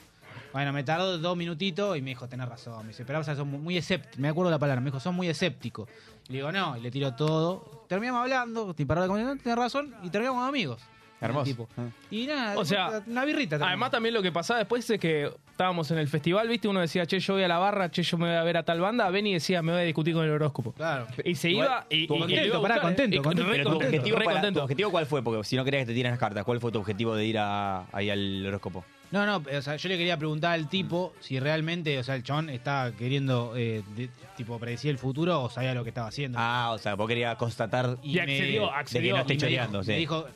S3: Bueno, me tardó dos minutitos y me dijo, tenés razón. Me dice, pero o sea, son muy escéptico. Me acuerdo la palabra, me dijo, son muy escéptico. Le digo, no, y le tiro todo. Terminamos hablando, te paró de conversar, tenés razón, y terminamos amigos.
S4: Hermoso.
S3: Tipo.
S4: Ah.
S3: Y nada,
S5: O sea,
S3: una birrita.
S5: Además también lo que pasaba después es que estábamos en el festival, viste, uno decía, che, yo voy a la barra, che, yo me voy a ver a tal banda, Benny decía, me voy a discutir con el horóscopo.
S3: Claro.
S5: Y se
S4: Igual,
S5: iba y...
S4: tu
S5: y- y
S4: objetivo-
S5: lo iba a
S3: pará,
S5: buscar,
S3: contento,
S5: eh, y-
S3: contento.
S5: re
S4: Pero tu
S5: contento,
S4: objetivo,
S5: re
S4: para-
S5: contento.
S4: tu objetivo cuál fue, porque si no querías que te tiren las cartas, ¿cuál fue tu objetivo de ir a, ahí al horóscopo?
S3: No, no, o sea, yo le quería preguntar al tipo si realmente, o sea, el chabón estaba queriendo, eh, de- tipo, predecir el futuro o sabía lo que estaba haciendo.
S4: Ah, o sea, vos querías constatar.
S5: Y accedió,
S3: me-
S4: de que
S5: accedió.
S4: no esté
S3: y me
S4: choreando,
S3: dijo-
S4: sí.
S3: me dijo,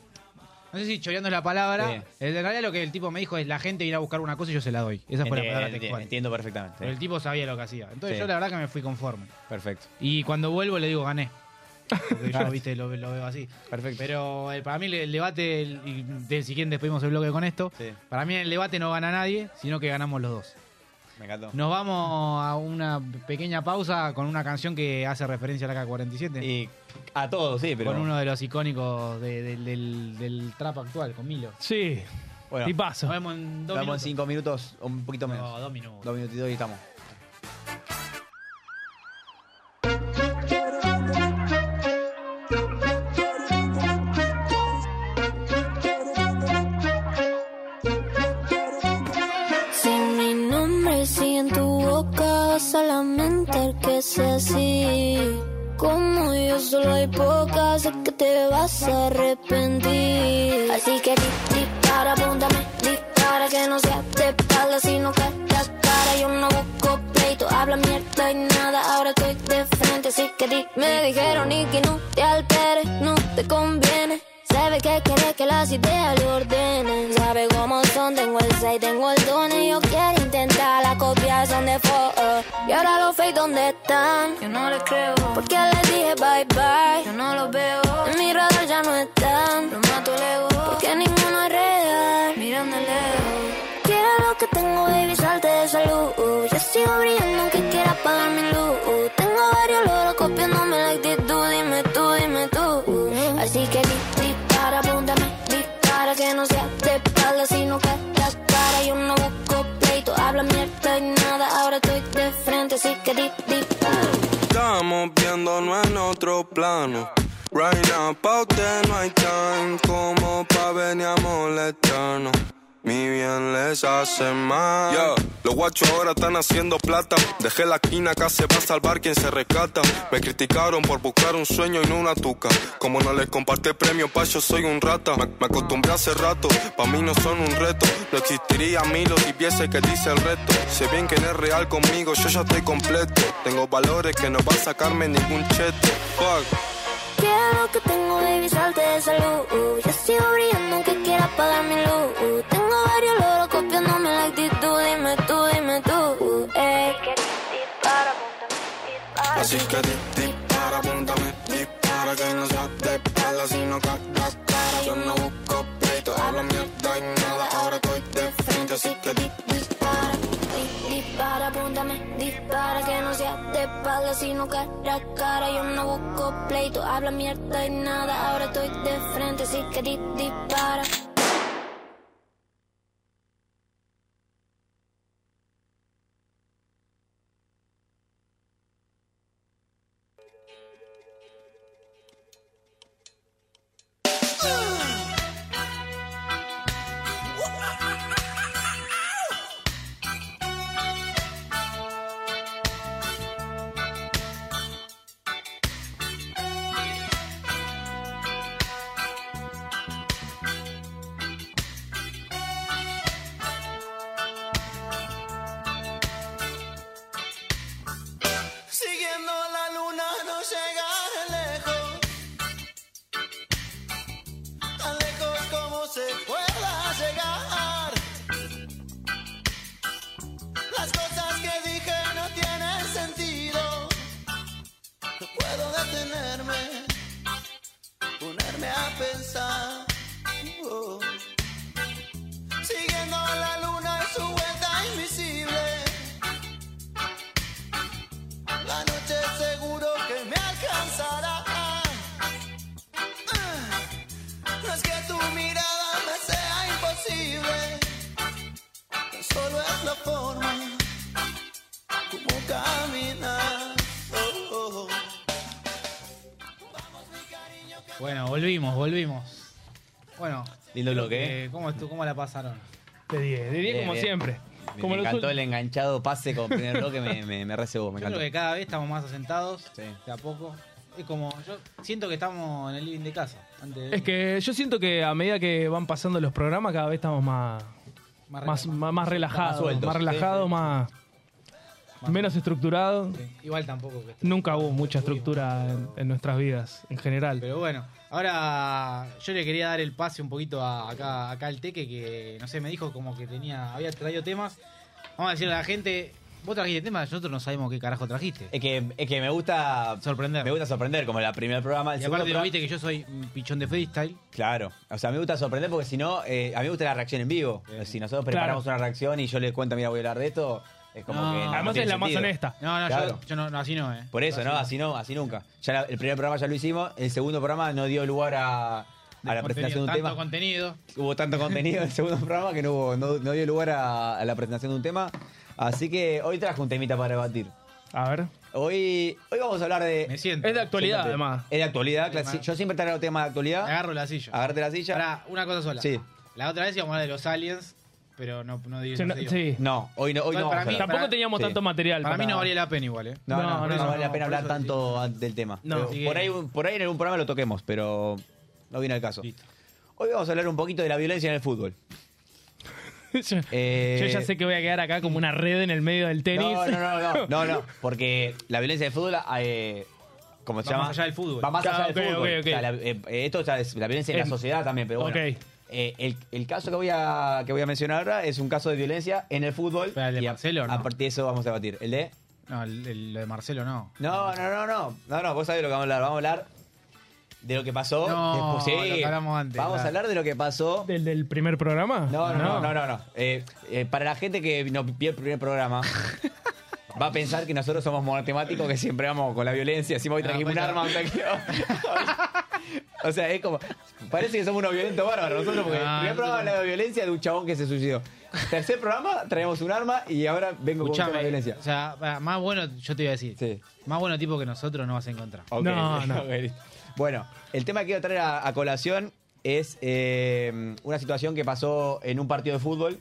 S3: no sé si choreando es la palabra,
S4: Sí.
S3: en realidad lo que el tipo me dijo es la gente irá a buscar una cosa y yo se la doy. Esa fue la palabra
S4: Enti-
S3: textual.
S4: Entiendo
S3: Pero el
S4: perfectamente.
S3: tipo sabía lo que hacía. Entonces
S4: Sí.
S3: yo la verdad que me fui conforme.
S4: Perfecto.
S3: Y cuando vuelvo le digo, gané. Porque yo, viste, lo, lo veo así.
S4: Perfecto.
S3: Pero eh, para mí el debate, el- y del siguiente despedimos el bloque con esto,
S4: Sí.
S3: para mí en el debate no gana nadie, sino que ganamos los dos.
S4: Me encantó.
S3: Nos vamos a una pequeña pausa con una canción que hace referencia a la K-47.
S4: Y a todos, sí, pero.
S3: Con uno de los icónicos de- del- del, del trap actual, con Milo.
S5: Sí,
S4: Bueno,
S5: y
S3: Nos
S5: paso.
S3: vemos en dos
S4: estamos en
S3: minutos.
S4: cinco minutos, un poquito menos.
S3: No, dos minutos.
S4: Dos minutitos y estamos.
S6: Si mi nombre sigue en tu boca, solamente el que sea así. Como yo solo hay pocas, sé que te vas a arrepentir. Así que di, dispara, apúntame, dispara, que no sea de espalda, sino que la cara. Yo no busco pleito, habla mierda y nada, ahora estoy de frente. Así que di, me dijeron y que no te alteres, no te conviene. Sabe que quiere que las ideas le ordenen. Sabe cómo son, tengo el 6, tengo el don. Y yo quiero intentar la copiar, son de fo. eh. Y ahora los fake, ¿dónde están? Yo no les creo. Porque les dije bye bye. Yo no los veo. En mi radar ya no están. Los mato lejos. Porque ninguno es real. Miran de lejos. Quiero que tengo baby salte de salud. Yo sigo brillando aunque quiera apagar mi luz. Tengo varios loros copiándome la actitud. Dime tú, dime tú. Así que di- dispara, apúntame, dispara. Que no sea de espalda, sino que la cara. Yo no busco pleito, habla mierda y nada. Ahora estoy de frente, así que di- dispara.
S7: Estamos viéndonos en otro plano. Right now, pa' usted no hay time como pa' venir a molestarnos. Mi bien les hace mal.
S8: Ya, los guachos ahora están haciendo plata. Dejé la esquina, acá se va a salvar quien se rescata. Me criticaron por buscar un sueño y no una tuca. Como no les compartí el premio, pa' yo soy un rata. Me, me acostumbré hace rato, pa' mí no son un reto. No existiría a mí lo si viese que dice el resto. Sé bien que no es real conmigo, yo ya estoy completo. Tengo valores que no va a sacarme ningún cheto. Fuck.
S6: Quiero que tengo baby salte de salud. Yo sigo brillando aunque quiera apagar mi luz. Tengo varios loros copiándome la actitud. Dime tú, dime tú. Ey.
S8: Así que di- dispara, apúntame, dispara que no sea de espalda, sino que la cara. Yo no busco pleito, hablo mierda y nada, ahora estoy de frente, así que di-
S6: Dispara, di- dispara, apúntame, dispara que no sea de espalda sino cara a cara. Yo no busco pleito, habla mierda y nada. Ahora estoy de frente, así que di- dispara.
S7: Siguiendo la luna no llega lejos. Tan lejos como se pueda llegar. Las cosas que dije no tienen sentido. No puedo detenerme, ponerme a pensar. Oh. Siguiendo la luna en su vuelta invisible. La noche seguro que me alcanzará. Ah, No es que tu mirada me sea imposible.
S3: Bueno, volvimos, volvimos. Bueno,
S4: Lindo bloque,
S3: eh, ¿cómo, estu- ¿cómo la pasaron?
S5: De 10, de 10
S4: Bien,
S5: como
S4: bien.
S5: siempre.
S4: Me-
S5: Como
S4: me
S5: los
S4: encantó
S5: ul-
S4: el enganchado pase con primer bloque, me, me, me recebó, me
S3: Yo creo
S4: encantó.
S3: que cada vez estamos más asentados,
S4: Sí.
S3: de a poco. Es como, yo siento que estamos en el living de casa. Antes de
S5: Es que yo siento que a medida que van pasando los programas, cada vez estamos más, más,
S3: relajado.
S5: más, más relajados, más,
S4: sueltos, sí,
S5: relajados,
S4: sí.
S5: más,
S3: Más-
S5: menos estructurados.
S3: Sí, Igual tampoco. que-
S5: Nunca hubo mucha
S3: Tuvimos,
S5: estructura en,
S3: pero-
S5: en nuestras vidas, en general.
S3: Pero bueno, ahora yo le quería dar el pase un poquito a, acá, acá al Teque, que no sé, me dijo como que tenía había traído temas. Vamos a decirle a la gente, vos trajiste temas, nosotros no sabemos qué carajo trajiste.
S4: Es que, es que me gusta
S3: Sorprender.
S4: me gusta sorprender, como el primer programa, el
S3: y
S4: segundo
S3: aparte lo
S4: programa-
S3: viste que yo soy un pichón de freestyle.
S4: Claro, o sea, me gusta sorprender porque si no, eh, a mí me gusta la reacción en vivo. Si nosotros preparamos una reacción y yo les cuento, mira, voy a hablar de esto, es como
S3: No.
S4: que. no- no
S5: Además es
S4: tiene
S5: la más
S4: sentido.
S5: honesta.
S3: No, no,
S4: Claro.
S3: yo, yo no, no, así no, eh.
S4: Por eso, ¿no? Así no, así nunca. Ya la- el primer programa ya lo hicimos, el segundo programa no dio lugar a, a la presentación de un
S3: Tanto
S4: tema.
S3: contenido.
S4: Hubo tanto contenido en el segundo programa que no, hubo- no, no dio lugar a, a la presentación de un tema. Así que hoy trajo un temita para debatir.
S5: A ver.
S4: Hoy, hoy vamos a hablar de.
S3: Me siento.
S5: Es de actualidad, además.
S4: Es de actualidad, clasi-
S3: Además.
S4: yo siempre traigo temas de
S3: Me
S4: actualidad.
S3: agarro la silla.
S4: Agárrate la silla.
S3: Pará, una cosa sola.
S4: Ah, Sí.
S3: La otra vez íbamos a hablar de los aliens, pero no, no diré
S5: Sí, no- sí.
S4: No, hoy no, hoy
S3: Igual
S4: no.
S3: para
S4: vamos a
S3: mí-
S4: hablar.
S5: Tampoco teníamos
S4: Sí.
S5: tanto material.
S3: Para mí no valía
S5: valía
S3: la pena igual, eh.
S4: No, no,
S5: No,
S4: no,
S5: no,
S4: vale la
S3: no,
S4: pena
S3: por
S4: hablar
S3: eso
S4: tanto del tema.
S5: No,
S4: Pero
S3: sigue.
S4: por, ahí, por ahí en algún programa lo toquemos, pero no viene al caso. Hoy vamos a hablar un poquito de la violencia en el fútbol.
S5: yo,
S4: Eh,
S5: yo ya sé que voy a quedar acá como una red en el medio del tenis.
S4: No, no, no, no, no, no, porque la violencia del fútbol, eh, como se
S3: Va
S4: llama,
S3: más allá del fútbol.
S4: va más
S5: Ah,
S4: allá
S5: ok,
S4: del fútbol.
S5: ok, ok.
S4: O sea, la- eh, esto ya es la violencia en
S5: En-
S4: la sociedad también, pero bueno.
S5: Ok.
S4: Eh, el, el caso que voy a que voy a mencionar ahora es un caso de violencia en el fútbol.
S3: Pero el de
S4: y a,
S3: Marcelo, ¿no?
S4: a partir de eso vamos a debatir. El de
S3: No, el- el- lo de Marcelo no.
S4: No, no, no, no. No, no, vos sabés lo que vamos a hablar. Vamos a hablar de lo que pasó.
S3: No,
S4: después, sí.
S3: lo que hablamos antes,
S4: Vamos a
S3: claro.
S4: hablar de lo que pasó.
S5: ¿Del, del primer programa?
S4: No, no, no, no, no. no. Eh, eh, para la gente que no vio el primer programa, va a pensar que nosotros somos monotemáticos, que siempre vamos con la violencia. Decimos, hoy
S3: No,
S4: trajimos un
S3: pues,
S4: arma,
S3: no.
S4: hoy trajimos- O sea, es como. Parece que somos unos violentos bárbaros nosotros, porque
S3: No,
S4: el primer
S3: nosotros
S4: programa hablaba de violencia de un chabón que se suicidó. Tercer programa traemos un arma y ahora vengo con un tema
S3: Escuchame.
S4: de violencia.
S3: O sea, para- más bueno, yo te iba a decir.
S4: Sí. Oh,
S3: Más bueno tipo que nosotros no vas a encontrar.
S4: Ok,
S5: No, no.
S4: ok, listo. Bueno, el tema que quiero traer a, a colación es eh, una situación que pasó en un partido de fútbol,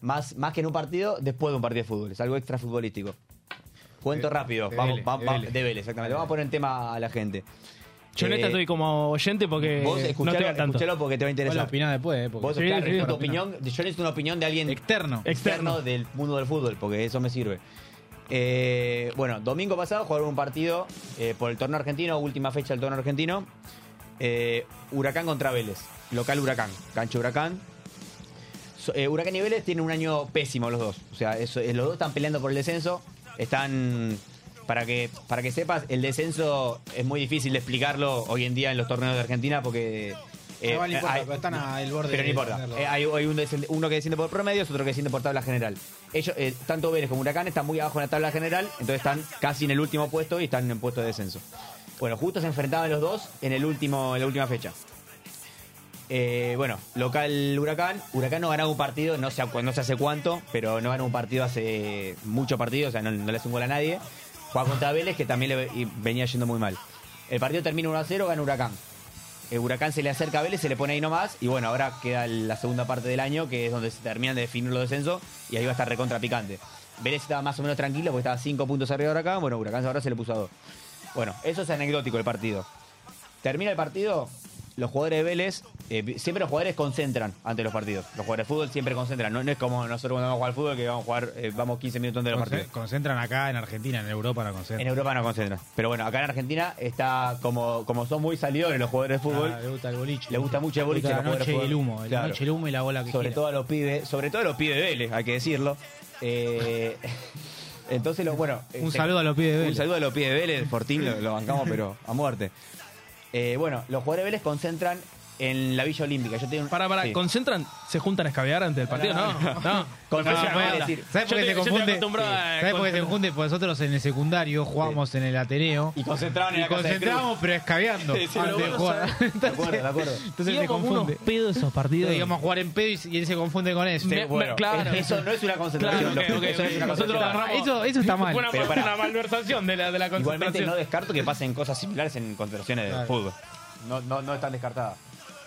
S4: más, más que en un partido, después de un partido de fútbol. Es algo extra futbolístico. Cuento
S3: De-
S4: rápido.
S3: de
S4: vamos,
S3: Vélez,
S4: va-
S3: de
S4: va-
S3: Vélez.
S4: de Vélez, exactamente. Vamos a poner en tema a la gente.
S5: Yo en esta
S4: Eh,
S5: estoy como oyente porque
S4: Vos
S5: no
S4: escuchalo,
S5: estoy al tanto.
S4: escuchalo porque te va a
S3: Vos la
S4: interesar.
S3: opinás después, eh. porque-
S4: Vos,
S5: Sí,
S4: claro,
S5: sí.
S4: tu opinión, yo necesito una opinión de alguien
S3: Externo.
S4: externo,
S5: Externo.
S4: del mundo del fútbol, porque eso me sirve. Eh, bueno, domingo pasado jugaron un partido eh, por el torneo argentino, última fecha del torneo argentino. Eh, Huracán contra Vélez, local Huracán, cancha Huracán. So- eh, Huracán y Vélez tienen un año pésimo los dos. O sea, eso- eh, los dos están peleando por el descenso. Están. Para que, para que sepas, el descenso es muy difícil de explicarlo hoy en día en los torneos de Argentina porque. eh,
S3: Igual no importa,
S4: hay-
S3: pero están al borde
S4: pero no
S3: de
S4: importa.
S3: defenderlo.
S4: Eh, hay hay un descend- uno que desciende por promedios, otro que desciende por tabla general. Ellos, eh, tanto Vélez como Huracán están muy abajo en la tabla general, entonces están casi en el último puesto y están en puesto de descenso. Bueno, justo se enfrentaban los dos en, el último, en la última fecha. Eh, bueno, local Huracán. Huracán no ganaba un partido, no sé, no sé hace cuánto, pero no ganó un partido hace muchos partidos, o sea, no, no le hace un gol a nadie. Juega contra Vélez, que también le ve- y venía yendo muy mal. El partido termina 1 a 0, gana Huracán. El Huracán se le acerca a Vélez, se le pone ahí nomás. Y bueno, ahora queda la segunda parte del año, que es donde se terminan de definir los descensos. Y ahí va a estar recontra picante. Vélez estaba más o menos tranquilo porque estaba 5 puntos arriba de Huracán. Bueno, Huracán ahora se le puso a 2. Bueno, eso es anecdótico el partido. Termina el partido, los jugadores de Vélez, eh, vi- siempre los jugadores concentran ante los partidos. Los jugadores de fútbol siempre concentran. No, no es como nosotros cuando vamos a jugar al fútbol que vamos a jugar, eh, vamos 15 minutos antes de los
S3: Conce-
S4: partidos.
S3: Concentran acá en Argentina, en Europa no concentran.
S4: En Europa no concentran. Pero bueno, acá en Argentina está como, como son muy salidores los jugadores de fútbol.
S3: Ah, le gusta el boliche.
S4: Le gusta mucho el boliche,
S3: Le gusta
S4: los
S3: La
S4: jugadores
S3: noche
S4: de
S3: y el
S4: fútbol.
S3: humo. La
S4: Claro.
S3: noche, el humo y la bola que
S4: sobre
S3: gira.
S4: todo a los pibes, sobre todo a los pibes de Vélez, hay que decirlo. Eh, entonces, lo, bueno. eh,
S3: Un
S4: se-
S3: saludo a los pibes de
S4: Un
S3: Vélez.
S4: saludo a los pibes de Vélez, Fortín lo, lo bancamos, pero a muerte. Eh, bueno, los jugadores de Vélez concentran en la Villa Olímpica. Yo tengo un-
S5: Para, para,
S4: sí.
S5: concentran, se juntan a escabear antes del partido, no, no.
S4: Con-
S5: No,
S4: no,
S3: Ah,
S5: no,
S4: voy a
S5: no.
S4: Ah, decir,
S3: ¿Sabes por
S5: Yo
S3: qué
S5: te-
S3: se
S5: yo te
S3: confunde?
S5: acostumbro a-
S3: ¿Sabes por qué se confunde? Porque nosotros en el secundario jugábamos en el Ateneo
S4: Y concentraban en
S3: y
S4: la casa de Cruz.
S3: concentrábamos, pero escabeando.
S4: Sí, sí,
S3: antes de
S4: lo
S3: jugar.
S4: De acuerdo, de acuerdo.
S3: Entonces se
S5: Íbamos
S3: confunde.
S5: unos pedos esos partidos.
S3: Entonces, digamos jugar en pedo y y él se confunde con eso.
S4: Sí,
S5: me-
S4: bueno, eh,
S5: claro.
S4: Eso no es una concentración.
S5: Claro, ok,
S4: lo-
S5: ok,
S4: eso no
S5: ok.
S4: es una
S5: Nosotros
S4: concentración.
S5: agarramos-
S3: Eso, eso está mal.
S5: Fue una,
S4: Pero
S5: fue
S4: pará.
S5: una malversación de la, de la
S4: Igualmente
S5: concentración.
S4: no descarto que pasen cosas similares en concentraciones de
S3: Claro.
S4: fútbol. No, no, no es tan descartada.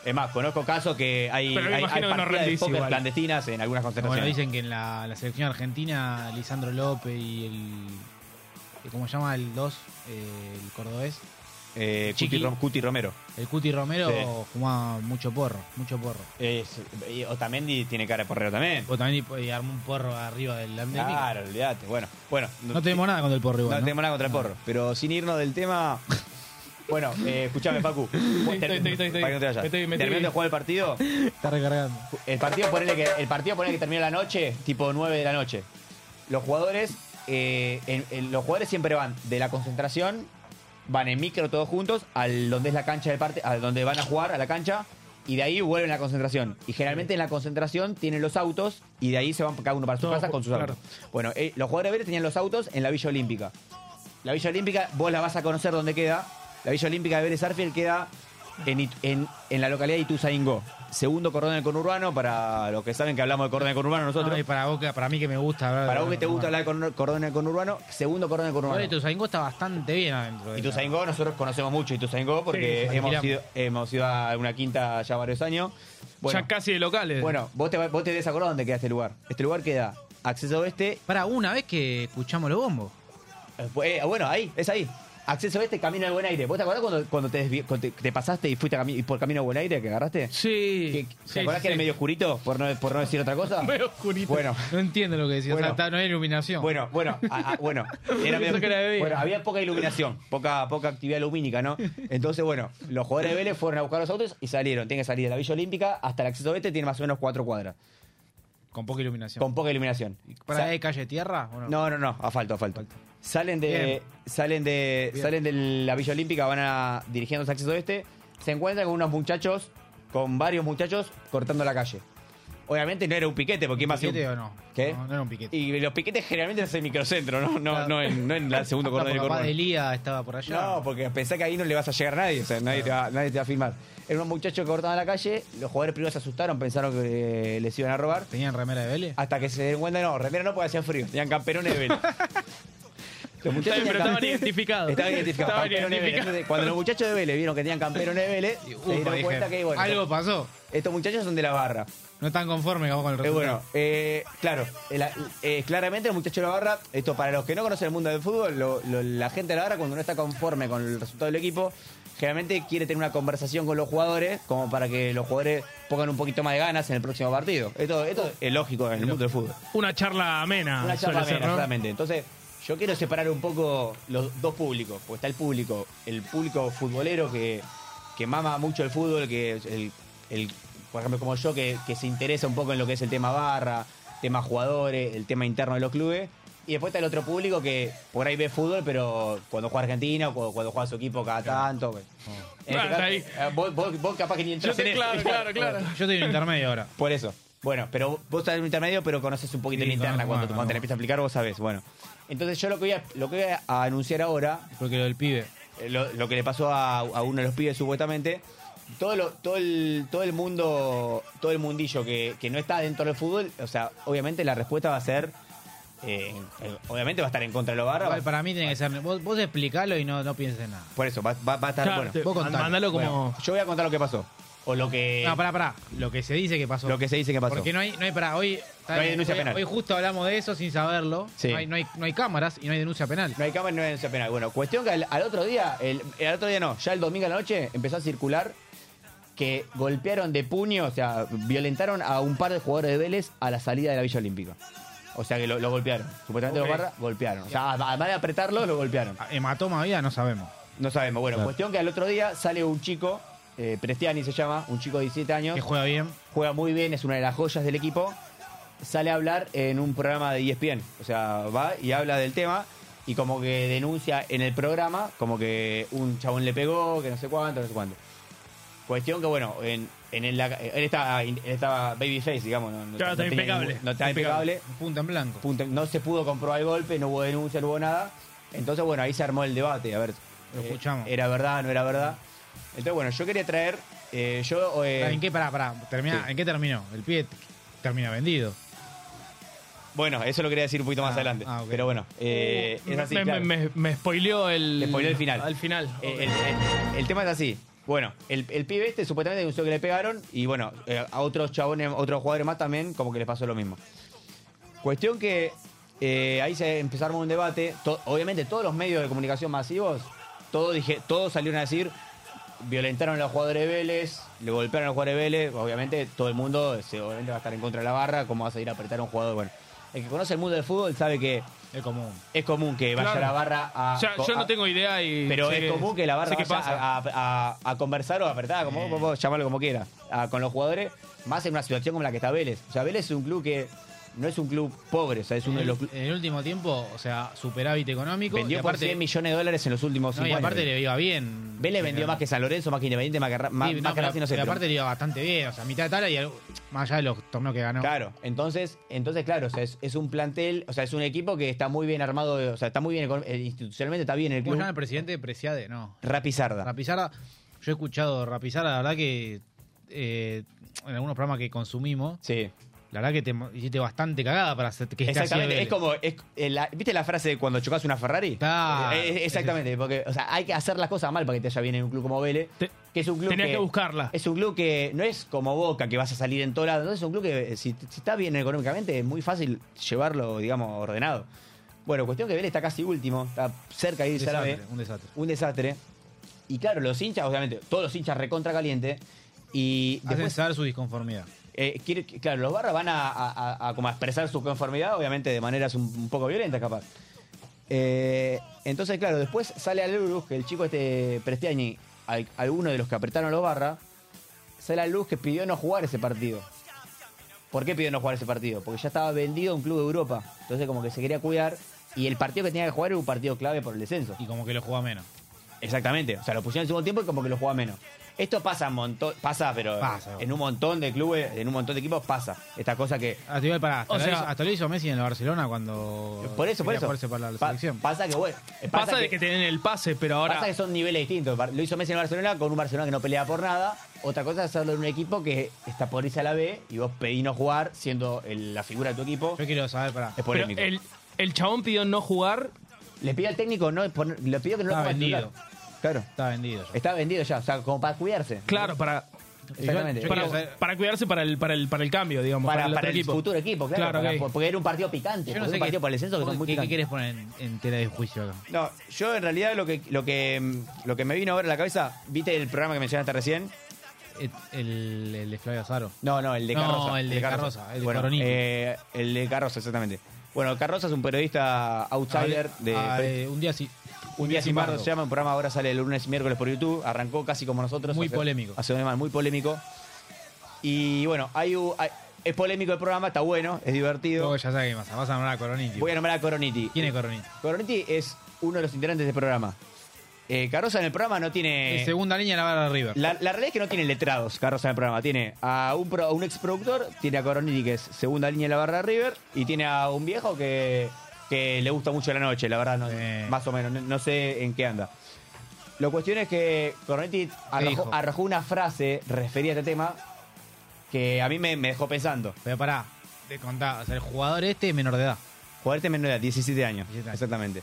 S4: Es más, conozco casos que hay,
S5: Pero me
S4: hay, hay
S5: imagino que no
S4: partidas de
S5: rendís
S4: póker
S5: igual.
S4: clandestinas en
S3: Bueno,
S4: algunas concentraciones.
S3: dicen que en la, la selección argentina, Lisandro López y el. el- ¿Cómo se llama el 2? el cordobés.
S4: Eh, Cuti,
S3: Chiqui.
S4: Rom- Cuti Romero.
S3: El Cuti Romero
S4: Sí.
S3: fumaba mucho porro, mucho porro.
S4: Es- y Otamendi tiene cara de porrero también.
S3: O también y- y armó un porro arriba del del micro.
S4: Claro, olvídate. Bueno, bueno.
S3: No tenemos nada contra el porro
S4: no
S3: igual. ¿no? Ah.
S4: tenemos nada contra el porro. Pero sin irnos del tema. Bueno, eh, escuchame, Facu. Termi-
S5: estoy, estoy, estoy, estoy.
S4: para que no te vayas.
S5: Me estoy- me estoy-
S4: Terminando de jugar el partido.
S3: Está recargando.
S4: El partido ponele que, el partido ponele que termina la noche, tipo 9 de la noche. Los jugadores, eh, en- en- los jugadores siempre van de la concentración, van en micro todos juntos, al donde es la cancha del parte, a donde van a jugar, a la cancha, y de ahí vuelven a la concentración. Y generalmente en la concentración tienen los autos y de ahí se van cada uno para su
S5: Todos,
S4: casa con sus
S5: claro.
S4: autos. Bueno, eh, los jugadores verdes tenían los autos en la Villa Olímpica. La Villa Olímpica, vos la vas a conocer dónde queda. La Villa Olímpica de Vélez Arfield queda en, It- en- en la localidad de Ituzaingó. Segundo cordón del conurbano, para los que saben que hablamos de cordón del conurbano nosotros.
S3: No, y para vos que- para mí que me gusta hablar de
S4: para vos que te
S3: porro.
S4: gusta hablar de cor- cordón del conurbano, segundo cordón del
S3: Igual
S4: conurbano.
S3: Ituzaingó está bastante bien adentro. de la-
S4: Ituzaingó, nosotros conocemos mucho Ituzaingó porque
S3: Sí,
S4: hemos,
S3: alquilamos.
S4: ido, hemos ido a una quinta ya varios años. Bueno,
S5: ya casi de locales.
S4: bueno vos, te, vos te desacordás dónde queda este lugar. Este lugar queda acceso oeste
S3: Pará, una vez que escuchamos los bombos.
S4: Eh, bueno, ahí, es ahí. Acceso este, camino al buen aire. ¿Vos te acordás cuando, cuando te, desvi- cuando te, te pasaste y fuiste a cami- por camino al buen aire que agarraste?
S5: Sí.
S4: ¿Que-
S5: Sí,
S4: ¿Te acordás
S5: sí,
S4: que era
S5: sí.
S4: medio oscurito? Por no, por no decir otra cosa.
S5: Medio oscurito.
S4: Bueno,
S3: No entiendo lo que decías.
S4: Bueno.
S3: o sea, está- no hay iluminación.
S4: bueno, bueno, ah, ah, bueno. Era medio-
S5: Pensó que era de día.
S4: bueno, había poca iluminación, poca, poca actividad lumínica, ¿no? Entonces, bueno, los jugadores de Vélez fueron a buscar los autos y salieron. Tienen que salir de la Villa Olímpica hasta el acceso este, tiene más o menos cuatro cuadras.
S3: Con poca iluminación.
S4: Con poca iluminación.
S3: ¿Para
S4: Sa-
S3: ahí hay calle de tierra o no?
S4: No, no, no, asfalto, asfalto. Salen de,
S3: Ah. Bien.
S4: salen de,
S3: Bien.
S4: salen de la Villa Olímpica, van a dirigiéndose al acceso este, se encuentran con unos muchachos, con varios muchachos cortando la calle. Obviamente no era un piquete, porque más
S3: ¿Piquete o no?
S4: ¿Qué?
S3: No, no era un piquete.
S4: Y los piquetes generalmente se hacen en microcentro, no, no,
S3: Claro.
S4: no, en, no en la segundo
S3: Hasta
S4: cordón del
S3: por capaz
S4: cordón.
S3: de Elías estaba por allá.
S4: No, porque pensá que ahí no le vas a llegar a nadie, o sea, nadie, te, va, nadie te va a filmar. Eran unos muchachos que cortaban la calle, los jugadores primero se asustaron, pensaron que les iban a robar.
S3: ¿Tenían remera de Vélez?
S4: Hasta que se den cuenta, no, remera no porque hacía frío. Tenían camperones de vela. Los
S5: Está bien,
S4: tenían
S5: pero estaban
S4: camperones-
S5: identificados.
S4: Estaban identificados,
S5: Estaban
S4: camperones de vela.
S5: identificados.
S4: Entonces, cuando los muchachos de Vélez vieron que tenían camperones de Vélez,
S3: Y, upa,
S4: se dieron
S3: dije,
S4: cuenta que, bueno,
S3: algo pasó.
S4: estos muchachos son de la barra.
S3: No están conformes capaz, con el
S4: Eh,
S3: resultado.
S4: bueno, eh, claro, eh, la- eh, claramente los muchachos de la barra, esto para los que no conocen el mundo del fútbol, lo- lo- la gente de la barra cuando no está conforme con el resultado del equipo, generalmente quiere tener una conversación con los jugadores como para que los jugadores pongan un poquito más de ganas en el próximo partido. Esto, esto es lógico en el mundo del fútbol.
S5: Una charla amena.
S4: Una charla
S5: suele ser,
S4: amena,
S5: ¿no?
S4: claramente. Entonces, yo quiero separar un poco los dos públicos, porque está el público, el público futbolero que, que mama mucho el fútbol, que es el, el- por ejemplo como yo, que, que se interesa un poco en lo que es el tema barra, tema jugadores, el tema interno de los clubes. Y después está el otro público que por ahí ve fútbol, pero cuando juega Argentina o cuando, cuando juega su equipo cada tanto. pues. En
S5: Ah,
S4: este caso,
S5: está
S4: eh, vos, vos- vos capaz que ni
S5: Yo
S4: entras
S5: te-
S4: en
S5: claro,
S4: esto.
S5: claro, claro.
S3: Yo estoy en intermedio ahora.
S4: Por eso. Bueno, pero vos estás en un intermedio, pero conoces un poquito
S3: Sí,
S4: la interna.
S3: conozco
S4: Cuando,
S3: más,
S4: cuando te la
S3: conozco.
S4: empieza a explicar, vos sabés. Bueno. Entonces, yo lo que voy a, lo que voy a anunciar ahora,
S3: Porque lo del pibe.
S4: eh, lo, lo que le pasó a, a uno de los pibes supuestamente, todo, lo- todo, el, todo el mundo, todo el mundillo que, que no está dentro del fútbol, o sea, obviamente la respuesta va a ser. eh, eh, obviamente va a estar en contra de los barras.
S3: Igual para mí tiene que ser. Vos, vos explicalo y no, no pienses en nada.
S4: Por eso, va, va- va a estar.
S5: Claro,
S4: bueno,
S5: te-
S3: vos contale.
S5: Mandalo como. Ah,
S4: bueno, yo voy a contar lo que pasó. O lo que.
S3: No, pará, pará. Lo que se dice que pasó.
S4: lo que se dice que pasó.
S3: Porque no hay, no hay pará. Hoy,
S4: No hay denuncia
S3: hoy,
S4: penal.
S3: hoy justo hablamos de eso sin saberlo.
S4: Sí.
S3: No, hay, no hay- no hay cámaras y no hay denuncia penal.
S4: No hay cámara, no hay denuncia penal. Bueno, cuestión que al, al otro día, el, el otro día no, ya el domingo a la noche empezó a circular que golpearon de puño, o sea, violentaron a un par de jugadores de Vélez a la salida de la Villa Olímpica. O sea que lo, lo golpearon. Supuestamente
S5: Ok.
S4: los barra golpearon. O sea, además de apretarlo, lo golpearon.
S3: Hematoma había, no sabemos.
S4: No sabemos. Bueno,
S3: Ah. Claro.
S4: cuestión que al otro día sale un chico, eh, Prestiani se llama, un chico de 17 años
S3: Que juega bien.
S4: juega muy bien, es una de las joyas del equipo, sale a hablar en un programa de E ESPN. O sea, va y habla del tema y como que denuncia en el programa, como que un chabón le pegó, que no sé cuánto, no sé cuánto. Cuestión que, bueno, en, en, el- él, estaba, él estaba babyface, digamos. No, no-
S5: Claro,
S4: no
S5: está
S4: tenía
S5: impecable.
S4: ningún- no estaba impecable.
S3: Punta en blanco.
S4: Punto. No se pudo comprobar el golpe, no hubo denuncia, no hubo nada. Entonces, bueno, ahí se armó el debate. A ver,
S3: Lo
S4: eh,
S3: escuchamos.
S4: ¿Era verdad, no era verdad? Entonces, bueno, yo quería traer... eh, yo, eh,
S3: ¿En qué, pará, pará, termina-
S4: sí.
S3: ¿En qué terminó? El pie termina vendido.
S4: Bueno, eso lo quería decir un poquito más
S3: Ah,
S4: adelante.
S3: ah, ok.
S4: Pero bueno, eh, es así.
S5: Uh, me,
S4: claro.
S5: me, me- me spoileó el.
S4: Te spoileó el final.
S5: Mm, Al final.
S4: Eh, el, el- el tema es así. Bueno, el, el pibe este supuestamente denunció que le pegaron y bueno, eh, a otros chabones, otros jugadores más también, como que les pasó lo mismo. Cuestión que eh, ahí se empezó a armar un debate. To- obviamente todos los medios de comunicación masivos, todos, dije, todos salieron a decir, violentaron a los jugadores de Vélez, le golpearon a los jugadores de Vélez. Obviamente todo el mundo se, obviamente va a estar en contra de la barra, cómo vas a ir a apretar a un jugador. Bueno, el que conoce el mundo del fútbol sabe que
S3: Es común.
S4: es común que vaya
S5: Claro.
S4: la barra a...
S5: O sea, yo
S4: a-
S5: no tengo idea y.
S4: Ah, pero
S5: sé
S4: es común que la barra
S5: sé que
S4: vaya
S5: pasa.
S4: a, a- a- a conversar o a apretar, como vos, vos llamarlo como quiera, a- con los jugadores, más en una situación como la que está Vélez. O sea, Vélez es un club que no es un club pobre, o sea, es uno de
S3: En
S4: los
S3: el,
S4: clubes.
S3: en el último tiempo, o sea, superávit económico.
S4: Vendió
S3: Eh, y
S4: por
S3: aparte,
S4: 100 millones de dólares en los últimos
S3: no,
S4: cinco
S3: y
S4: años.
S3: aparte le iba bien.
S4: Vélez vendió más que San Lorenzo, más que Independiente, más que, Ra- más,
S3: Sí,
S4: más
S3: no,
S4: que
S3: pero,
S4: Racing, no sé.
S3: pero
S4: pero-
S3: aparte le iba bastante bien, o sea, mitad de tala y algo- más allá de los torneos que ganó.
S4: Claro, entonces, entonces claro, o sea, es, es un plantel, o sea, es un equipo que está muy bien armado, o sea, está muy bien econ- eh, institucionalmente, está bien el
S3: ¿Cómo se
S4: club.
S3: llama el presidente? Preciade, no.
S4: Rapizarda.
S3: Rapizarda, yo he escuchado Rapizarda, la verdad que eh, en algunos programas que consumimos,
S4: sí.
S3: la verdad que te mo- hiciste bastante cagada para hacer que esté así de
S4: Exactamente, es
S3: Vélez.
S4: como, es- eh, la- ¿viste la frase de cuando chocas una Ferrari?
S3: Claro.
S4: Eh, eh, exactamente, porque o sea, hay que hacer las cosas mal para que te haya bien en un club como Vélez,
S5: Te-
S4: que es un club
S5: Tenías que buscarla.
S4: Es un club que no es como Boca, que vas a salir en todo lado, es un club que eh, si, si está bien económicamente es muy fácil llevarlo, digamos, ordenado. Bueno, cuestión que Vélez está casi último, está cerca ahí
S3: un
S4: de Sarabé,
S3: desastre, un desastre.
S4: un desastre. Y claro, los hinchas, obviamente, todos los hinchas recontra caliente. Y
S3: Hacen
S4: después
S3: saber su disconformidad.
S4: eh, quiere- claro, los barras van a, a- a- a como a expresar su conformidad, obviamente de maneras un, un poco violentas, capaz. Eh, entonces, claro, después sale a la luz que el chico este Prestiani, al- alguno de los que apretaron los barras, sale a la luz que pidió no jugar ese partido. ¿Por qué pidió no jugar ese partido? Porque ya estaba vendido a un club de Europa. Entonces, como que se quería cuidar. Y el partido que tenía que jugar era un partido clave por el descenso.
S3: Y como que lo juega menos.
S4: Exactamente. O sea, lo pusieron en segundo tiempo y como que lo juega menos. Esto pasa un montón, pasa, pero
S3: Pasa.
S4: en un montón de clubes, en un montón de equipos pasa. Esta cosa que.
S3: Hasta, igual para, hasta,
S5: O
S3: lo
S5: sea-
S3: hizo, hasta lo hizo Messi en el Barcelona cuando.
S4: Eh, Por eso, por
S3: quería
S4: eso.
S3: jugarse para la
S4: Pa-
S3: selección.
S4: pasa que, bueno. eh,
S5: Pasa, de que, tienen el pase, pero ahora.
S4: pasa que son niveles distintos. Lo hizo Messi en el Barcelona con un Barcelona que no pelea por nada. Otra cosa es hacerlo en un equipo que está por irse a la B y vos pedís no jugar siendo el- la figura de tu equipo.
S3: Yo quiero saber para.
S4: Es
S5: pero
S4: polémico.
S5: el, el chabón pidió no jugar.
S4: Le pidió al técnico, no, poner- le pidió que no lo
S3: Está
S4: ponga titular. Claro.
S3: Está vendido. ya.
S4: Está vendido ya, o sea, como para cuidarse.
S5: Claro, para,
S4: Exactamente.
S3: Yo quiero
S5: para,
S3: saber-
S5: para cuidarse para el, para el, para el cambio, digamos.
S4: para,
S5: Para, el
S4: para
S5: otro
S4: el
S5: equipo.
S4: futuro equipo, claro.
S5: Claro,
S4: para-
S5: ok.
S4: Porque era un partido picante,
S3: Yo
S4: porque
S3: no
S4: un
S3: sé
S4: partido
S3: qué,
S4: por el censo que son muy
S3: ¿qué, qué
S4: picantes.
S3: quieres poner en, en tela de juicio acá?
S4: No, yo en realidad lo que, lo que mm, lo que me vino ahora a la cabeza, ¿viste el programa que mencionaste recién?
S3: Et- El, el de Flavio Azaro.
S4: No, no, el de
S3: No,
S4: Carroza.
S3: el de Carroza, el de
S4: bueno,
S3: Coronini.
S4: eh, el de Carroza, exactamente. Bueno, Carroza es un periodista outsider de
S3: Ah,
S4: pre-
S3: eh, un día sí.
S4: Un día sin bardo
S3: bardo.
S4: se llama, un programa ahora sale el lunes y miércoles por YouTube, arrancó casi como nosotros.
S3: Muy
S4: hace-
S3: polémico.
S4: Hace dos semanas, muy polémico. Y bueno, hay, u- hay- es polémico el programa, está bueno, es divertido.
S3: Vos ya sabes qué pasa. Vas a nombrar a Coroniti.
S4: Voy a nombrar a Coroniti.
S3: ¿Quién es Coroniti?
S4: Coronetti es uno de los integrantes del programa. Eh, Carroza en el programa no tiene.
S3: En segunda línea la barra arriba.
S4: Eh. La, la realidad es que no tiene letrados Carroza en el programa. Tiene a un, pro- a un exproductor, tiene a Coronetti que es segunda línea de la barra de River, y tiene a un viejo que, que le gusta mucho la noche, la verdad, no-
S3: Sí.
S4: más o menos. No, no sé en qué anda. La cuestión es que Coronetti arrojó,
S3: dijo?
S4: arrojó una frase referida a este tema que a mí me, me dejó pensando.
S3: Pero pará, te contaba, o sea, el jugador este es menor de edad.
S4: Jugarte menor de edad, 17 años.
S3: 17 años.
S4: Exactamente.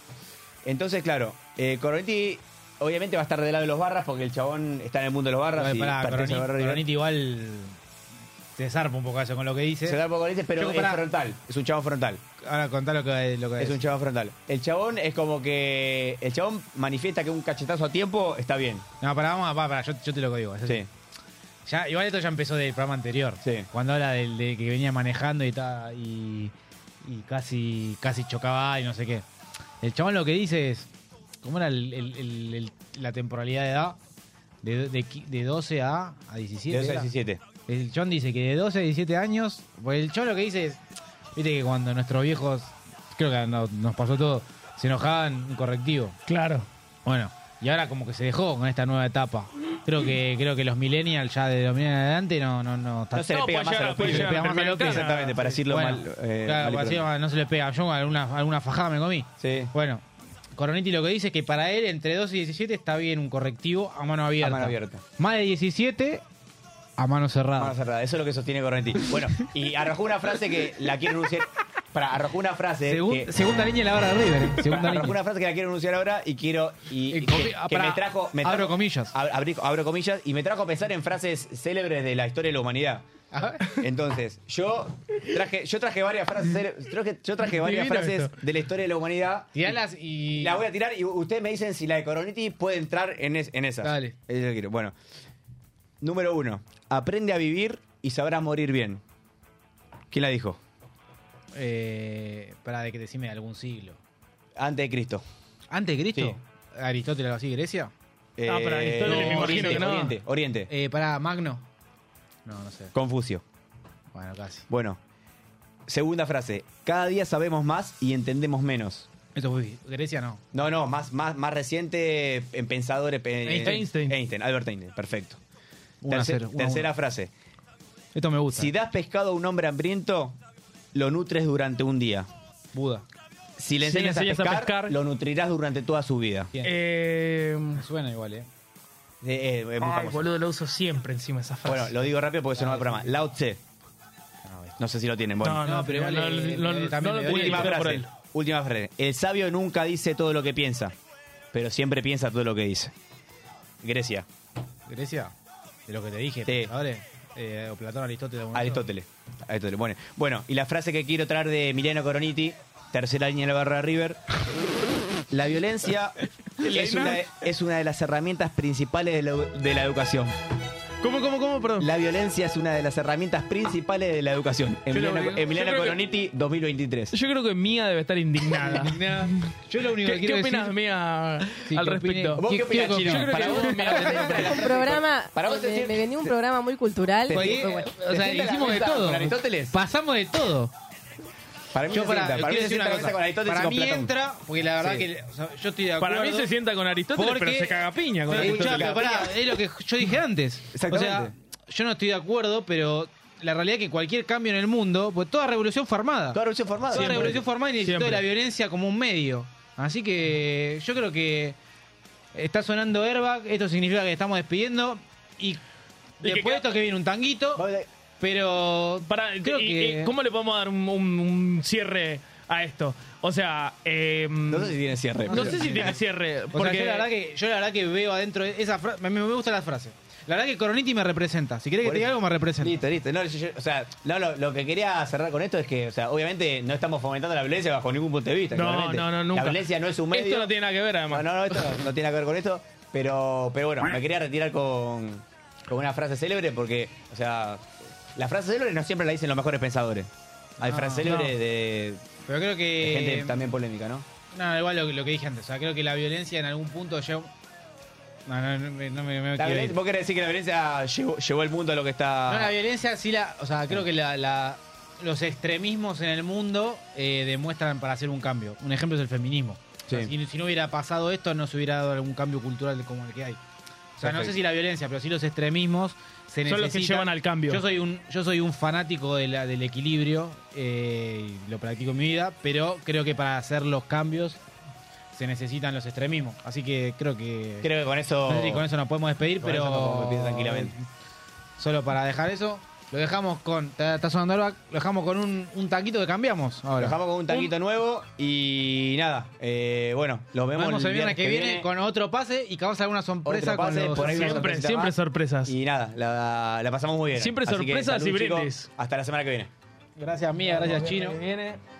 S4: Entonces, claro, eh, Coronetti obviamente va a estar del lado de los barras porque el chabón está en el mundo de los barras.
S3: Pero
S4: y
S3: pará,
S4: pertenece al barrio
S3: Coroniti,
S4: rival.
S3: Coroniti igual te zarpa un poco eso con lo que dice.
S4: Se da poco Coronetti, pero
S3: Yo,
S4: es
S3: pará. Pues.
S4: frontal. Es un chabón frontal.
S3: Ahora contá lo que, lo que
S4: Es un chabón frontal. El chabón es como que. El chabón manifiesta que un cachetazo a tiempo está bien.
S3: No, pará, vamos a pará, pará, yo, yo te lo digo. es así.
S4: Sí.
S3: Ya, igual esto ya empezó del programa anterior.
S4: Sí.
S3: Cuando habla del de que venía manejando y ta- y, y casi, casi chocaba y no sé qué. El chabón lo que dice es. ¿Cómo era el- el- el- el- la temporalidad de edad? De, de, qui- de 12 a, a 17.
S4: De 12 a
S3: era.
S4: 17.
S3: El chon dice que de 12 a 17 años, pues el chon lo que dice es, viste que cuando nuestros viejos, creo que no- nos pasó todo, se enojaban un correctivo.
S5: Claro.
S3: Bueno, y ahora como que se dejó con esta nueva etapa. Creo que creo que los millennials ya de los millennials en adelante no no no,
S4: No se le
S5: No,
S4: pega
S5: puede
S4: más a
S5: llegar
S4: los
S5: a- puede
S4: pibes.
S3: Le pega más a los pibes.
S4: Exactamente, para decirlo
S3: Bueno,
S4: mal. eh,
S3: claro,
S4: mal y
S3: así
S4: pronto.
S3: no se le pega. Yo alguna alguna fajada me comí.
S4: Sí.
S3: Bueno, Coroniti lo que dice es que para él entre 12 y 17 está bien un correctivo a mano abierta.
S4: A mano abierta.
S3: Más de 17 a mano cerrada.
S4: Mano cerrada, Eso es lo que sostiene Cornetti. Bueno, y arrojó una frase que la quiero anunciar. Para, arrojó una frase.
S3: Segun-
S4: que-
S3: segunda línea en la barra de River. eh. Segunda
S4: arrojó una
S3: línea.
S4: frase que la quiero anunciar ahora y quiero. Y,
S3: Eh,
S4: y
S3: comi-
S4: que,
S3: ah,
S4: que
S3: pará,
S4: me trajo. me trajo-
S3: abro comillas.
S4: ab- abrí- abro comillas. Y me trajo a pensar en frases célebres de la historia de la humanidad.
S3: A ver.
S4: Entonces, yo traje, yo traje varias frases. célebres- traje- yo traje varias
S5: Divino
S4: frases
S5: esto.
S4: de la historia de la humanidad.
S3: Tiralas y.
S4: La voy a tirar y ustedes me dicen si la de Coroniti puede entrar en, es- en esa.
S3: Dale.
S4: Eso es lo que quiero. Bueno. Número uno. Aprende a vivir y sabrás morir bien. ¿Quién la dijo?
S3: Eh, para de que decime algún siglo.
S4: Antes de Cristo.
S3: ¿Antes de Cristo?
S4: Sí.
S3: ¿Aristóteles o así, Grecia?
S5: Ah, pero Aristóteles me imagino
S4: Oriente,
S5: que no.
S4: Eh, Oriente, Oriente.
S3: Eh, para Magno. No, no sé.
S4: Confucio.
S3: Bueno, casi.
S4: Bueno. Segunda frase. Cada día sabemos más y entendemos menos.
S3: Esto fue Grecia, no.
S4: No, no, más, más, más reciente en pensadores. pe- eh,
S5: Einstein. Einstein.
S4: Einstein, Albert Einstein, perfecto.
S3: Uno a
S4: Terce-
S3: cero, uno a
S4: tercera
S3: uno.
S4: frase.
S3: Esto me gusta.
S4: Si das pescado a un hombre hambriento, lo nutres durante un día.
S3: Buda.
S4: Si le enseñas, a, pescar, lo nutrirás durante toda su vida.
S3: Bien.
S5: Eh,
S3: Me suena igual, ¿eh?
S4: Eh, eh, es muy
S5: ay,
S4: famoso.
S5: boludo, lo uso siempre encima esa frase.
S4: bueno, lo digo rápido porque se nos va el programa. Lao Tse. No sé si lo tienen. Bueno,
S5: no, no,
S3: No, pero
S5: pero no,
S3: igual, eh,
S5: no,
S3: eh,
S5: no,
S3: también
S5: no
S3: le
S5: lo
S3: doy
S5: pude
S3: la
S4: última
S5: tirar por
S4: frase.
S5: él.
S4: Última frase. El sabio nunca dice todo lo que piensa, pero siempre piensa todo lo que dice. Grecia,
S3: Grecia, de lo que te dije,
S4: Sí.
S3: pensadores, eh, o Platón, Aristóteles. alguno de esos.
S4: Aristóteles. Aristóteles. Bueno, bueno, y la frase que quiero traer de Emiliano Coroniti, tercera línea de la barra de River. La violencia es una, de- es una de las herramientas principales de la, de la educación.
S5: ¿Cómo, cómo, cómo? Perdón.
S4: La violencia es una de las herramientas principales de la educación.
S5: lo
S4: Emiliano,
S5: digo.
S4: Emiliano
S5: Yo creo que-
S4: Coroniti, 2023.
S5: Yo creo que Mía debe estar indignada.
S3: Nada. Yo lo único
S5: ¿Qué,
S3: que
S5: ¿qué
S3: quiero
S5: opinas,
S3: decir...
S5: Mía,
S3: Sí,
S5: al
S3: que opine-
S5: respecto?
S4: ¿Vos qué opinás,
S3: quiero-
S4: Chino?
S3: yo creo que
S4: Para vos,
S9: Un programa.
S4: Para vos
S9: me,
S4: decir-
S9: me venía un programa muy cultural.
S4: Te-
S9: que
S3: Porque,
S9: fue bueno.
S3: o sea,
S4: sienta la
S3: hicimos de
S4: mesa
S3: todo.
S4: con Aristóteles?
S3: Pasamos de todo.
S4: Para mí,
S3: Yo
S4: se
S3: para,
S4: sienta,
S3: quiero
S4: para mí se
S3: decir
S4: sienta
S3: una
S4: la mesa
S3: cosa.
S4: con Aristóteles y
S3: Para
S4: con
S3: mí
S4: Platón.
S3: entra, porque la verdad
S4: Sí.
S3: que o sea, yo estoy de acuerdo.
S5: Para mí se sienta con Aristóteles, pero
S3: Porque-
S5: se caga piña con
S3: Pero
S5: Aristóteles.
S3: escuchá, pero pará, es lo que yo dije antes. O sea,
S4: Exactamente.
S3: yo no estoy de acuerdo, pero la realidad es que cualquier cambio en el mundo, pues toda revolución fue armada.
S4: Toda revolución formada.
S3: Toda la revolución formal necesitó
S5: Siempre.
S3: de la violencia como un medio. Así que yo creo que está sonando airbag, esto significa que estamos despidiendo y, después
S5: queda-
S3: de esto que viene un tanguito, pero
S5: Pará,
S3: creo
S5: y-
S3: que
S5: y ¿Cómo le podemos dar un, un- un cierre a esto? O sea, eh,
S4: No sé si tiene cierre.
S5: no
S4: pero-
S5: sé si tiene cierre.
S3: o sea,
S5: Porque
S3: yo la verdad que yo la verdad que veo adentro de esa frase, me, me gusta la frase. La verdad que Coroniti me representa. Si querés que
S4: Por
S3: te diga
S4: eso.
S3: algo, me representa.
S4: Listo, listo. No, yo- yo- o sea, no, lo, lo que quería cerrar con esto es que, o sea, obviamente no estamos fomentando la violencia bajo ningún punto de vista.
S5: no,
S4: claramente.
S5: no, no, nunca.
S4: La violencia no es un medio.
S5: Esto no tiene nada que ver,
S4: No,
S5: además.
S4: no, no, esto no, no tiene nada que ver con esto. Pero, pero bueno, me quería retirar con, con una frase célebre porque, o sea, las frases célebres no siempre la dicen los mejores pensadores. Hay
S3: No,
S4: frases célebres
S3: no. Eh,
S4: de,
S3: Pero creo
S4: de
S3: que
S4: gente también polémica, ¿no?
S3: No, igual lo, lo que dije antes. O sea, creo que la violencia en algún punto ya. No, no, no, me- no me, me
S4: La
S3: quiero
S4: violencia-
S3: ir.
S4: ¿Vos querés decir que la violencia llevó, llevó el mundo a lo que está...?
S3: No, la violencia sí la. O sea,
S4: Ah.
S3: creo que la, la- los extremismos en el mundo eh, demuestran para hacer un cambio. Un ejemplo es el feminismo. O sea,
S4: Sí.
S3: si, si no hubiera pasado esto, no se hubiera dado algún cambio cultural como el que hay. O sea, no sé
S4: Perfecto.
S3: si la violencia, pero sí los extremismos se
S5: Son
S3: necesitan.
S5: los que llevan al cambio.
S3: Yo soy un, yo soy un fanático de la- del equilibrio, eh, y lo practico en mi vida, pero creo que para hacer los cambios se necesitan los extremismos. Así que creo que.
S4: Creo que con eso...
S3: No sé si con eso nos podemos despedir,
S4: Con
S3: pero.
S4: eso nos podemos despedir tranquilamente.
S3: Solo para dejar eso, lo dejamos con. Está, está sonando el back, lo dejamos con un, un tanquito que cambiamos ahora.
S4: Lo dejamos con un tanguito nuevo y nada. eh, bueno, los
S3: Nos
S4: vemos,
S3: vemos el viernes que viene, con otro pase y que vamos a alguna sorpresa
S4: Otro pase,
S3: con los.
S4: por ahí una
S5: Siempre,
S4: sorpresita
S5: siempre
S4: más.
S5: sorpresas.
S4: Y nada, la, la pasamos muy bien.
S5: Siempre
S4: Así que
S5: sorpresas
S4: salud,
S5: y
S4: chicos.
S5: brindis.
S4: Hasta la semana que viene.
S3: Gracias, mía, gracias, Chino.
S5: Viene.